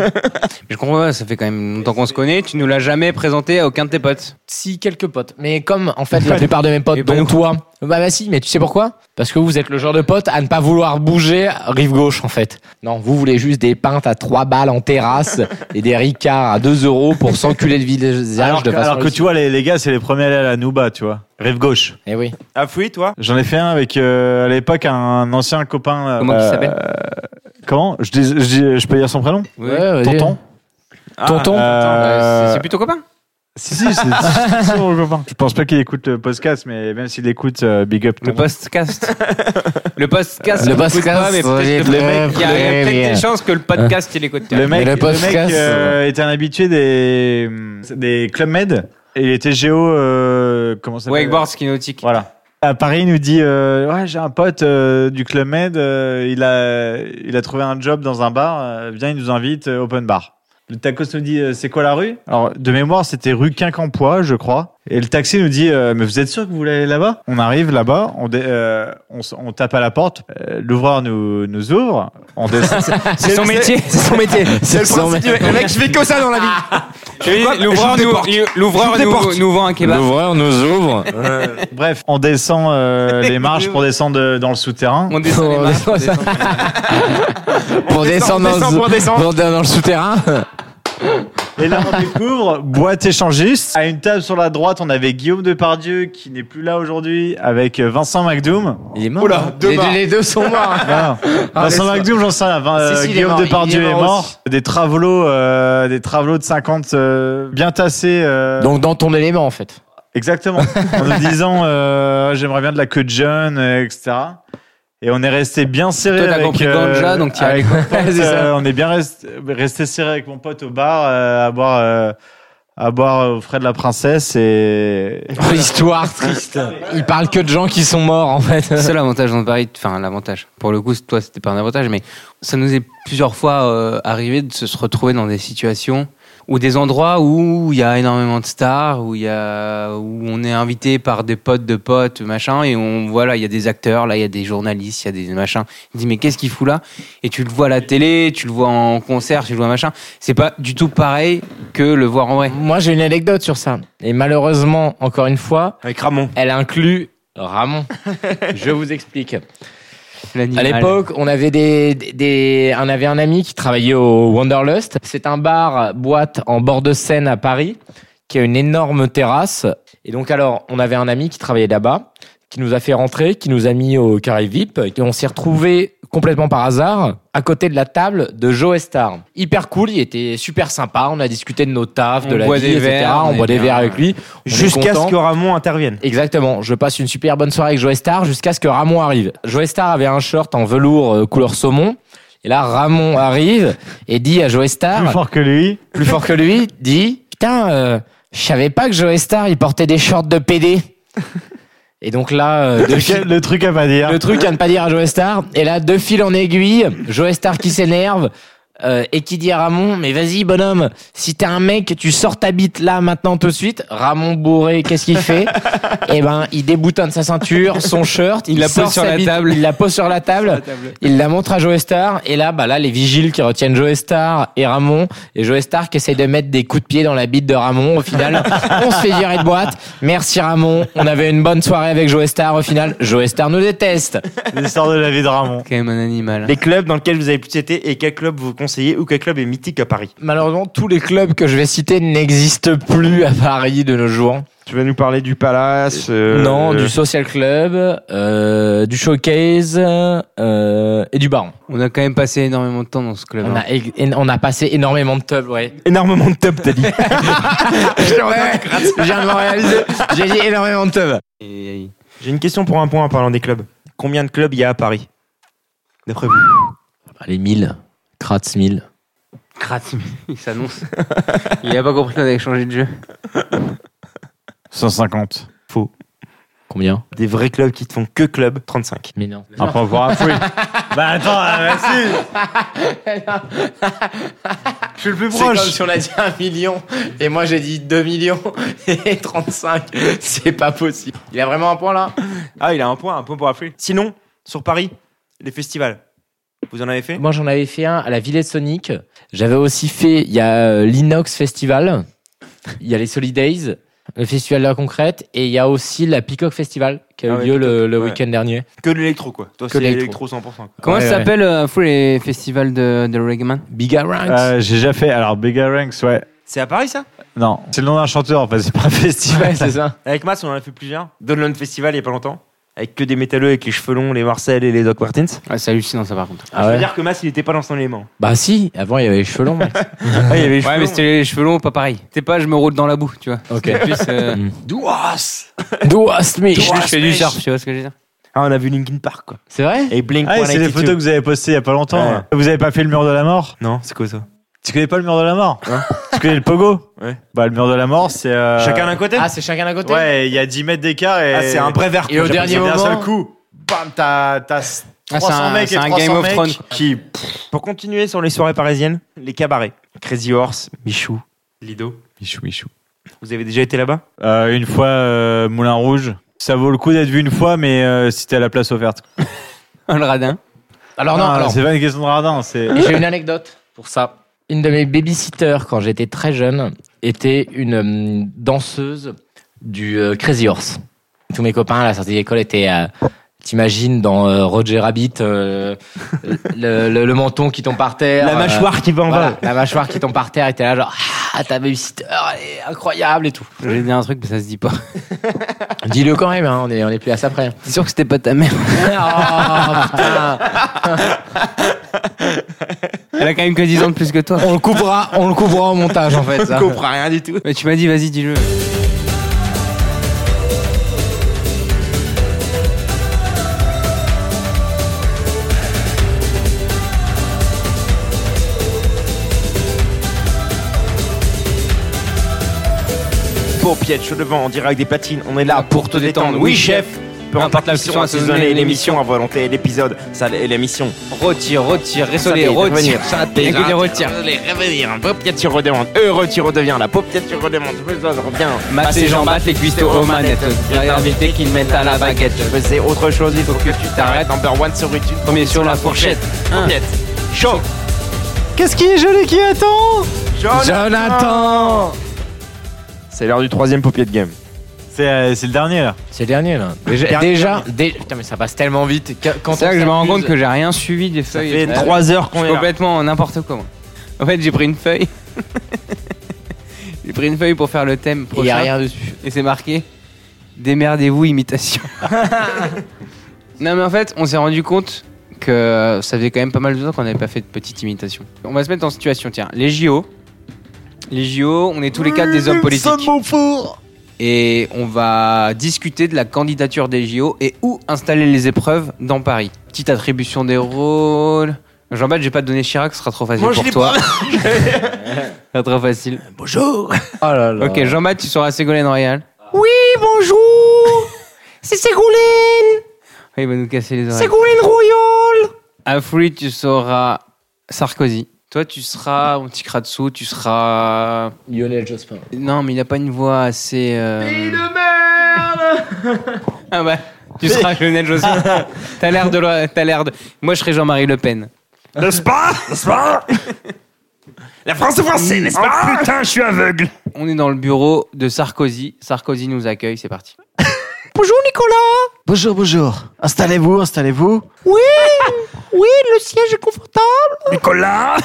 Je comprends pas, ça fait quand même longtemps qu'on se connaît, tu nous l'as jamais présenté à aucun de tes potes. Si quelques potes, mais comme en fait la plupart de mes potes, Et ben dont nous. toi, bah bah si, mais tu sais pourquoi Parce que vous êtes le genre de pote à ne pas vouloir bouger rive gauche en fait. Non, vous voulez juste des pintes à 3 balles en terrasse et des ricards à 2 euros pour s'enculer le visage alors que, de façon. alors que tu vois, les, les gars, c'est les premiers à aller à la Nouba, tu vois. Rive gauche. Eh oui. Afoui, Ah, toi J'en ai fait un avec, euh, à l'époque, un ancien copain. euh, Comment il euh, s'appelle Comment je, dis- je dis- je peux dire son prénom Oui. Ouais, vas-y. Tonton Tonton. Euh, bah, C'est plutôt copain. Si, si, c'est c'est mon copain. Je pense pas qu'il écoute le podcast, mais même s'il écoute, euh, big up. Le tonton. podcast. le podcast. Euh, Le il écoute podcast, pas, mais peut-être oui, le mec. Il y très a il y a bien. peut-être des chances que le podcast il écoute. Le mec, le le podcast, mec, euh, était un habitué des, des Club Med et il était géo. euh, comment ça s'appelle Wakeboard ski nautique. Voilà. À Paris, il nous dit euh, Ouais, j'ai un pote euh, du Club Med, euh, il, a, il a trouvé un job dans un bar, euh, viens, il nous invite, euh, open bar. Le tacos nous dit euh, C'est quoi la rue Alors, de mémoire, c'était rue Quincampoix, je crois. Et le taxi nous dit euh, Mais vous êtes sûr que vous voulez aller là-bas On arrive là-bas, on, dé- euh, on, s- on tape à la porte, euh, l'ouvreur nous, nous ouvre, on descend. C'est son métier. C'est son métier. C'est le son Ah, principe du- Le mec, je fais que ça dans la vie. L'ouvreur nous, l'ouvreur Je vous nous, déporte. nous vend un kebab. L'ouvreur nous ouvre. Bref, on descend euh, les marches pour descendre euh, dans le souterrain. On descend les On marches, descend on descend. Pour descendre dans, pour descendre. dans- dans le souterrain. Et là, on découvre boîte échangiste. À une table sur la droite, on avait Guillaume Depardieu qui n'est plus là aujourd'hui avec euh, Vincent McDoom. Il est mort. Oula, hein. deux les, morts. les deux sont morts. hein. Ah, Vincent laisse- McDoom, j'en sais rien. Vin- Si, euh, si, il est Guillaume mort, il- Depardieu il est est mort mort. Des travelots, euh, des travelots de 50 euh, bien tassés. euh, Donc dans ton élément en fait. Exactement. en nous disant euh, j'aimerais bien de la queue de jeune, euh, etc. Et on est resté bien serré Toi, t'as avec. euh, compris ganja, donc t'y avec mon pote, C'est ça. euh, on est bien resté, resté serré avec mon pote au bar euh, à boire. euh, à boire au frais de la princesse et Histoire triste. Il parle que de gens qui sont morts en fait. Le seul avantage dans Paris, enfin l'avantage, pour le coup, toi c'était pas un avantage, mais ça nous est plusieurs fois euh, arrivé de se se retrouver dans des situations ou des endroits où il y a énormément de stars, où il y a, où on est invité par des potes de potes, machin, et on voilà, il y a des acteurs, là il y a des journalistes, il y a des machins. Il dit mais qu'est-ce qu'il fout là Et tu le vois à la télé, tu le vois en concert, tu le vois machin. C'est pas du tout pareil que le voir en vrai. Moi, j'ai une anecdote sur ça. Et malheureusement, encore une fois, Avec Ramon. elle inclut Ramon. Je vous explique. À L'animal. l'époque, on avait des, des- des- on avait un ami qui travaillait au Wanderlust. C'est un bar boîte en bord de Seine à Paris qui a une énorme terrasse. Et donc alors, on avait un ami qui travaillait là-bas, qui nous a fait rentrer, qui nous a mis au carré VIP, et on s'est retrouvé complètement par hasard à côté de la table de Joe Estar. Hyper cool, il était super sympa. On a discuté de nos tafs, On de la boit vie, des etc. verres, on on est boit des bien. verres avec lui. On est Jusqu'à content. ce que Ramon intervienne. Exactement. Je passe une super bonne soirée avec Joe Star jusqu'à ce que Ramon arrive. Joe Star avait un short en velours euh, couleur saumon. Et là, Ramon arrive et dit à Joe Star, plus fort que lui plus fort que lui, dit Putain, euh, je savais pas que Joe Star il portait des shorts de PD. Et donc là, euh, de Le fil- truc- le truc à pas dire. le truc à ne pas dire à Joe Star. Et là, de fil en aiguille, Joe Star qui s'énerve euh, et qui dit à Ramon Mais vas-y, bonhomme, si t'es un mec, tu sors ta bite là, maintenant, tout de suite. Ramon bourré, qu'est-ce qu'il fait Eh ben, il déboutonne sa ceinture, son shirt, Il la pose sort sur sa la table. Il la pose sur la table. Il la montre à Joe Star et là, bah là, les vigiles qui retiennent Joe Star et Ramon et Joe Star qui essaye de mettre des coups de pied dans la bite de Ramon. Au final, on se fait virer de boîte. Merci Ramon, on avait une bonne soirée avec Joe Star. Au final, Joe Star nous déteste. L'histoire de la vie de Ramon. quand même un animal. Les clubs dans lesquels vous avez pu citer et quel club vous conseillez ou quel club est mythique à Paris Malheureusement, tous les clubs que je vais citer n'existent plus à Paris de nos jours. Tu vas nous parler du Palace euh, non, euh, du Social Club, euh, du Showcase euh, et du Baron. On a quand même passé énormément de temps dans ce club. On hein. a, ég- é- on a passé énormément de tubs, ouais. énormément de top, t'as dit. Ouais, je viens de m'en réaliser. J'ai dit énormément de tubs. Et- et- J'ai une question pour un point en parlant des clubs. Combien de clubs il y a à Paris D'après vous Allez, 1000. Kratz 1000. Kratz, il s'annonce. il a pas compris qu'on avait changé de jeu. 150. Combien Des vrais clubs qui te font que club, 35. Mais non. Un point pour Afri. bah attends, merci. Je suis le plus proche. C'est comme si on a dit 1 million et moi j'ai dit 2 millions et 35. C'est pas possible. Il a vraiment un point là Ah, il a un point, un point pour Afri. Sinon, sur Paris, les festivals. Vous en avez fait Moi j'en avais fait un à la Villette Sonic. J'avais aussi fait, il y a euh, l'Inox Festival, il y a les Solidays, le Festival de la Concrète et il y a aussi la Peacock Festival qui a eu Ah ouais, lieu le, le ouais. week-end dernier. Que de l'électro, quoi. Toi, Que c'est l'électro. l'électro 100%. quoi. Comment Ouais, ça ouais. s'appelle euh, fou les festivals de, de Reggaeman Big Ranks. Euh, J'ai déjà fait. Alors, Bigger Ranks, ouais. C'est à Paris, ça Non. C'est le nom d'un chanteur, en fait. C'est pas un festival. ouais, c'est ça. Avec Mats, on en a fait plusieurs. Download Festival, il y a pas longtemps. Avec que des métalleux, avec les cheveux longs, les Marcel et les Doc Martens. ah, C'est hallucinant ça par contre. Ah Je veux ouais. dire que Mas, il était pas dans son élément. Bah si, avant il y avait les cheveux longs. mec. Ah, il y avait les Ouais mais c'était les cheveux longs, pas pareil. C'est pas je me roule dans la boue, tu vois. Ok. Plus, euh, Douas Douas, mais- je fais du surf, tu vois ce que je veux dire Ah, on a vu Linkin Park, quoi. C'est vrai Et Blink Ah, et c'est les 182. photos que vous avez postées il y a pas longtemps. Ouais. là. Vous avez pas fait le mur de la mort Non, c'est quoi ça Tu connais pas le mur de la mort Tu connais le pogo Ouais. Bah, le mur de la mort, c'est. euh, Chacun d'un côté Ah, c'est chacun d'un côté Ouais, il y a 10 mètres d'écart et. Ah, c'est un vrai verre. Et au quoi, dernier j'appelle ça. D'un moment- seul coup, bam, t'as. t'as Ah, 300 c'est un, mecs et c'est un 300 Game of mecs. Thrones. Qui, pff, pour continuer sur les soirées parisiennes, les cabarets. Crazy Horse, Michou, Lido. Michou, michou. Vous avez déjà été là-bas Euh, une fois euh, Moulin Rouge. Ça vaut le coup d'être vu une fois, mais euh, si t'es à la place offerte. Oh, Le radin. Alors non, Ah, alors c'est pas une question de radin, c'est. j'ai une anecdote pour ça. Une de mes babysitters quand j'étais très jeune était une hum, danseuse du euh, Crazy Horse. Tous mes copains à la sortie d'école étaient euh, T'imagines dans euh, Roger Rabbit, euh, le, le- le menton qui tombe par terre. La Ah, euh, mâchoire qui va en voilà, bas. la mâchoire qui tombe par terre était là genre ah ta babysitter elle est incroyable et tout. J'ai dit un truc mais ça se dit pas. Dis-le quand même, hein, on est on est plus à ça près. C'est sûr que c'était pas ta mère. Oh, putain. Elle a quand même que 10 ans de plus que toi. On le coupera, on le coupera au montage en fait. ça. comprend rien du tout. Mais tu m'as dit vas-y dis-le. Pour Pietch, devant, en direct des platines, on est là pour te détendre. Oui, chef peu importe la question, assaisonner l'émission. assaisonner l'émission à volonté, l'épisode, ça, l'émission. Retire, retire, Saler, revenir. Écoutez, retire. Revenir, paupière, tu redemande. Heureux, tu redeviens. La paupière, tu redemandes. Je reviens. Masse les jambes, batte les cuisses aux manettes. Viens invité qu'ils mettent à la baguette. Je faisais autre chose, il faut que tu t'arrêtes. Number one sur YouTube. Premier sur la fourchette. Un. Paupiette. Chaud. Qu'est-ce qui est joli qui attend Jonathan C'est l'heure du troisième paupier de game. C'est euh, c'est le dernier là. C'est le dernier là. Déjà, déjà, dé- putain mais ça passe tellement vite. Qu- Quand C'est on là que je me rends s'amuse- compte que j'ai rien suivi des Ça feuilles. fait Ouais. trois heures Je qu'on suis est là. complètement n'importe quoi. moi. En fait, j'ai pris une feuille. j'ai pris une feuille pour faire le thème il y a prochain. rien dessus. Et c'est marqué Démerdez-vous, imitation. non, mais en fait, on s'est rendu compte que ça faisait quand même pas mal de temps qu'on n'avait pas fait de petite imitation. On va se mettre en situation, tiens. Les JO. Les JO, on est tous les quatre des hommes politiques. Et on va discuter de la candidature des JO et où installer les épreuves dans Paris. Petite attribution des rôles. Jean-Baptiste, j'ai pas donné Chirac, ce sera trop facile pour toi. Ce sera trop facile. Oh là là. Ok, Jean-Baptiste, tu seras Ségolène Royal. Oui, bonjour C'est Ségouline Il va nous casser les oreilles. Ségouline Rouillol Afri, tu seras Sarkozy. Toi, tu seras mon petit Kratso, tu seras. Lionel Jospin. Non, mais il n'a pas une voix assez. euh, Ah bah, tu seras Lionel Jospin. T'as l'air de. lo- T'as l'air de. Moi, je serais Jean-Marie Le Pen. N'est-ce pas N'est-ce pas La France est française, n'est-ce pas Putain, je suis aveugle On est dans le bureau de Sarkozy. Sarkozy nous accueille, c'est parti. Bonjour, bonjour. Installez-vous, installez-vous. Nicolas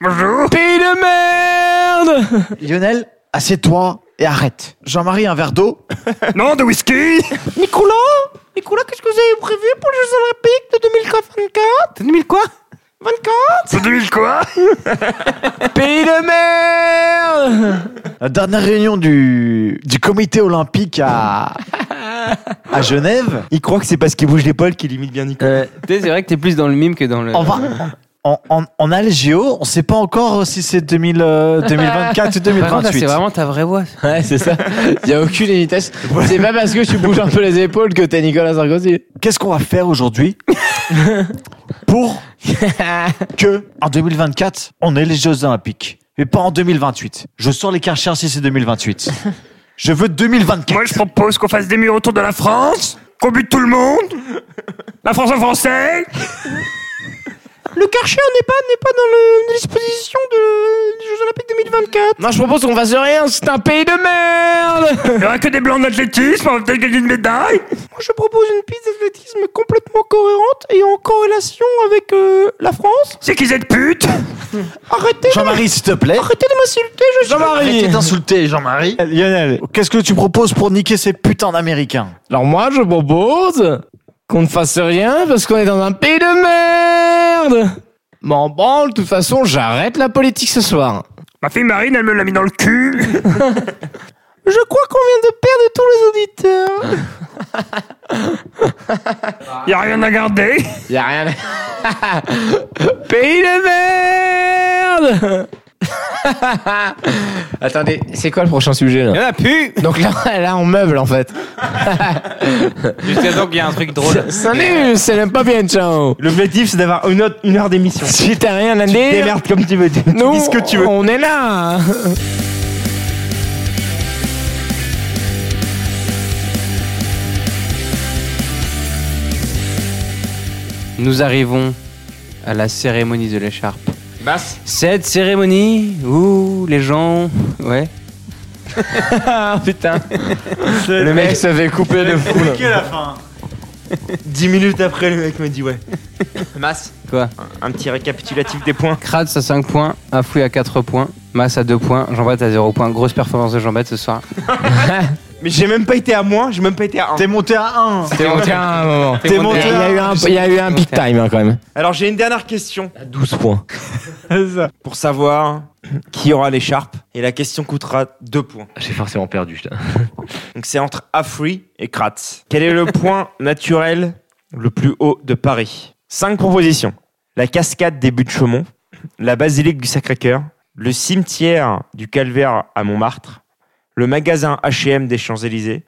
Bonjour Pays de merde Lionel, assieds-toi et arrête. Jean-Marie, un verre d'eau. Non, de whisky Nicolas Nicolas, qu'est-ce que vous avez prévu pour les Jeux Olympiques de 2024 2000 quoi 24 C'est 2000 quoi Pays de merde La dernière réunion du, du comité olympique à, à Genève, Il croit que c'est parce qu'il bouge l'épaule qu'il imite bien Nicolas. Euh, Tu sais, C'est vrai que t'es plus dans le mime que dans le. on va. On, on, on a les JO, on sait pas encore si c'est 2000, euh, 2024 ou Par contre, là, c'est 2028. vraiment ta vraie voix. Ouais, c'est ça. Il n'y a aucune vitesse. C'est pas parce que tu bouges un peu les épaules que t'es Nicolas Sarkozy. Qu'est-ce qu'on va faire aujourd'hui pour que en 2024 on ait les Jeux Olympiques, mais pas en 2028. Je sors les Karchers si c'est 2028. Je veux 2024. Moi, je propose qu'on fasse des murs autour de la France, qu'on bute tout le monde La France en français Le Karcher n'est pas, n'est pas dans le, disposition de, des Jeux Olympiques 2024. Non, je propose qu'on fasse rien, c'est un pays de merde. Il n'y aura que des blancs d'athlétisme, on va peut-être gagner une médaille Moi, je propose une piste d'athlétisme complètement cohérente et en corrélation avec euh, la France. C'est qu'ils aient putes Arrêtez, Jean-Marie, s'il te plaît. arrêtez de m'insulter, je suis Arrêtez d'insulter Jean-Marie. Lionel, Qu'est-ce que tu proposes pour niquer ces putains d'Américains Alors moi, je propose qu'on ne fasse rien parce qu'on est dans un pays de merde. M'en branle, de toute façon, j'arrête la politique ce soir. Ma fille Marine, elle me l'a mis dans le cul Je crois qu'on vient de perdre tous les auditeurs. Il a rien à garder Y a rien. pays de merde. Attendez, c'est quoi le prochain sujet là Y'en a plus Donc là, là, on meuble en fait. Jusqu'à donc, il y a un truc drôle. Salut, c'est le pas bien, ciao. L'objectif, c'est d'avoir une, autre- une heure d'émission. Si t'as rien à dire, Démerde comme tu veux, tu tu nous, dis ce que tu veux. on est là. Nous arrivons à la cérémonie de l'écharpe. Basse Cette cérémonie où les gens. Ouais. Ah putain. Le mec se fait couper de fou. là. 10 minutes après, le mec me dit ouais. Masse Quoi Un petit récapitulatif des points. Kratz à 5 points, Afoui à 4 points, Mass à 2 points, Jean-Baptiste à 0 points. Grosse performance de Jean-Baptiste ce soir. Mais j'ai même pas été à moins, j'ai même pas été à 1. T'es monté à 1. T'es monté à un moment. T'es monté Il y a eu un, il y a eu un big time hein, quand même. Alors j'ai une dernière question 12 points. pour savoir qui aura l'écharpe. Et la question coûtera 2 points. J'ai forcément perdu. Donc c'est entre Afri et Kratz. Quel est le point naturel le plus haut de Paris Cinq propositions. La cascade des buttes Chaumont, la basilique du Sacré-Cœur, le cimetière du Calvaire à Montmartre, le magasin H&M des Champs-Élysées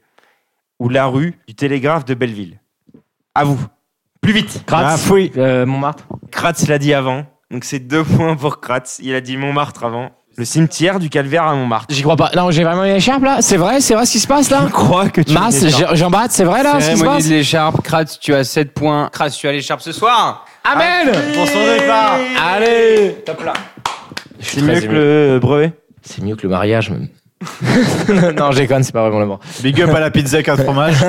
ou la rue du Télégraphe de Belleville. À vous. Plus vite. Kratz. Ah, oui. Montmartre. Kratz l'a dit avant. Donc c'est deux points pour Kratz. Il a dit Montmartre avant. Le cimetière du Calvaire à Montmartre. J'y crois pas. Non, j'ai vraiment une écharpe là. C'est vrai, c'est vrai ce qui se passe là. Je crois que tu Masse, venais de faire- Je- Jean-Baptiste, c'est vrai là ce qui se Cérémonie passe. de l'écharpe, Kratz, tu as 7 points. Kratz, tu as l'écharpe ce soir Amen. Pour son départ. Eh. Ah. Allez. Top là C'est mieux que le brevet. C'est mieux que le mariage même. non, je déconne, c'est pas vraiment le bon. big up à la pizza 4 fromages.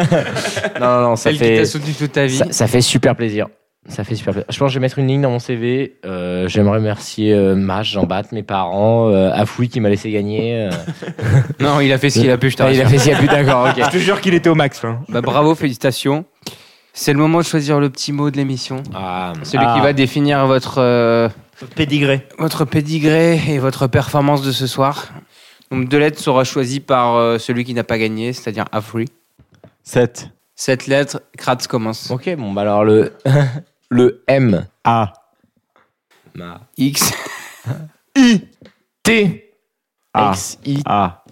Non, non, non, ça Celle qui fait. t'a soutenu toute ta vie. Ça, ça fait super plaisir. Ça fait super plaisir. Je pense que je vais mettre une ligne dans mon CV. Euh, J'aimerais remercier euh, Mach, Jean-Baptiste, mes parents, euh, Afoui qui m'a laissé gagner. euh. Non, il a fait ce qu'il a pu, je te Ah, il a rassure. fait s'il y a plus d'accord, ok. Je te jure qu'il était au max. là. Bah, bravo, félicitations. C'est le moment de choisir le petit mot de l'émission. Ah, Celui qui va définir votre, euh, Pédigré. votre pédigré et votre performance de ce soir. Donc, deux lettres sera choisies par euh, celui qui n'a pas gagné, c'est-à-dire Afri. 7. Cette lettre, Kratz commence. ok, bon, bah alors le, le M. A. X. T. A. X, I, Ah. A.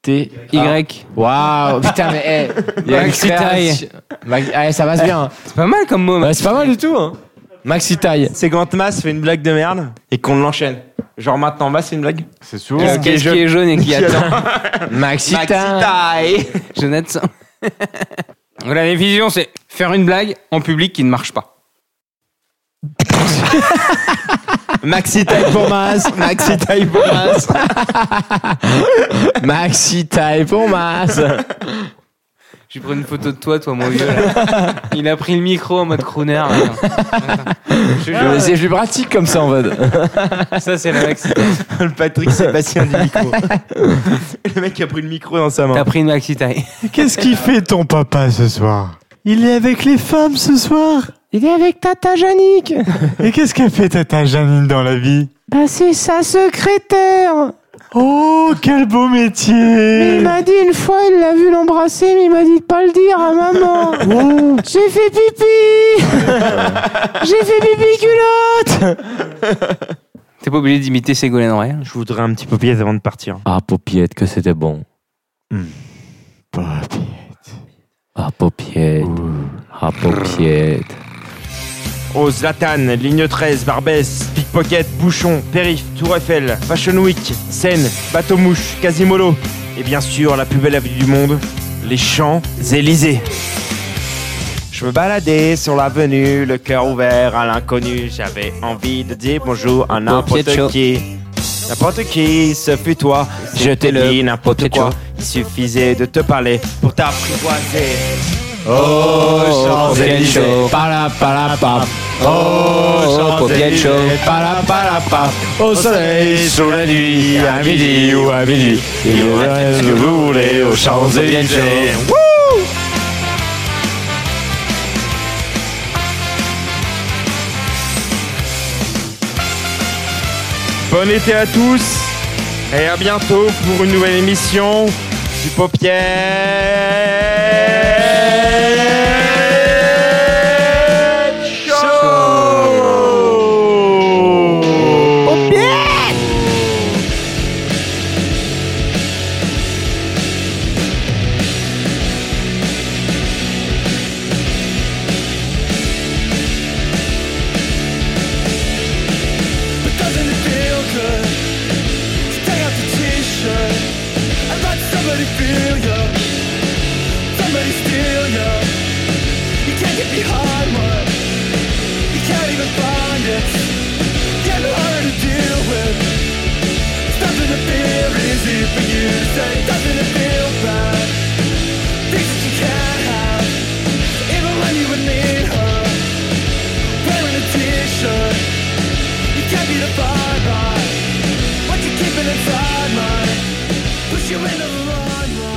T. Y. Waouh, putain, mais hey, il y a une Maxi création. Max- ouais, ah, ça passe bien. C'est pas mal comme mot. Ouais, c'est pas mal du tout. Hein. Maxi taille. C'est quand Mas fait une blague de merde et qu'on l'enchaîne. Genre maintenant, Mas fait une blague. C'est sourd. Qu'est-ce qui est jaune, et qui attend Maxi taille. Maxi Jonathan. Donc la définition, c'est faire une blague en public qui ne marche pas. Maxitaille pour Mas, Maxi taille pour Mas. Maxi taille pour Mas. J'ai pris une photo de toi, toi, mon vieux. là. Il a pris le micro en mode crooner. là. Je te Je- jure, C'est plus pratique comme ça en mode. Ça, c'est la maxi. Le Patrick Sébastien du micro. le mec a pris le micro dans sa main. T'as pris une maxi taille. Qu'est-ce qu'il fait ton papa ce soir Il est avec les femmes ce soir Il est avec Tata Janik. Et qu'est-ce qu'elle fait Tata Janine dans la vie Bah, c'est sa secrétaire. Oh, quel beau métier dit une fois, il l'a vu l'embrasser, mais il m'a dit de pas le dire à Oh. maman. J'ai fait pipi. J'ai fait pipi culotte. T'es pas obligé d'imiter Ségolène Royal. Je voudrais un petit peu pièce avant de partir. Ah, Popiette, que c'était bon. Ah, Popiette. Ah, Popiette. Oh, Zlatan, ligne 13, Barbès, Pickpocket, Bouchon, Périph, Tour Eiffel, Fashion Week, Seine, Bateau Mouche, Quasimodo. Et bien sûr, la plus belle avenue du monde, les Champs-Élysées. Je me baladais sur l'avenue, le cœur ouvert à l'inconnu. J'avais envie de dire bonjour à Pietro. n'importe qui. N'importe qui, ce fut toi. Je t'ai le dit n'importe Pietro. quoi. Il suffisait de te parler pour t'apprivoiser. Champs-Élysées. Pala, pala, pap. Oh, Popiette Show. Pala, pala, pap. Au soleil, sous la nuit, à midi ou à minuit. Il y aura ce que vous voulez aux Champs-Élysées. Bon été à tous et à bientôt pour une nouvelle émission du Paupière Show But doesn't it feel good to take off the t-shirt and let somebody feel you? Somebody steal you. You can't get behind one. You can't even find it. Getting harder to deal with. It's nothing to feel easy for you to say. Doesn't it feel bad? Things that you can't have, even when you would need her. Wearing a t-shirt. You can't be defined by what you keep inside, mine. Push you into the limelight.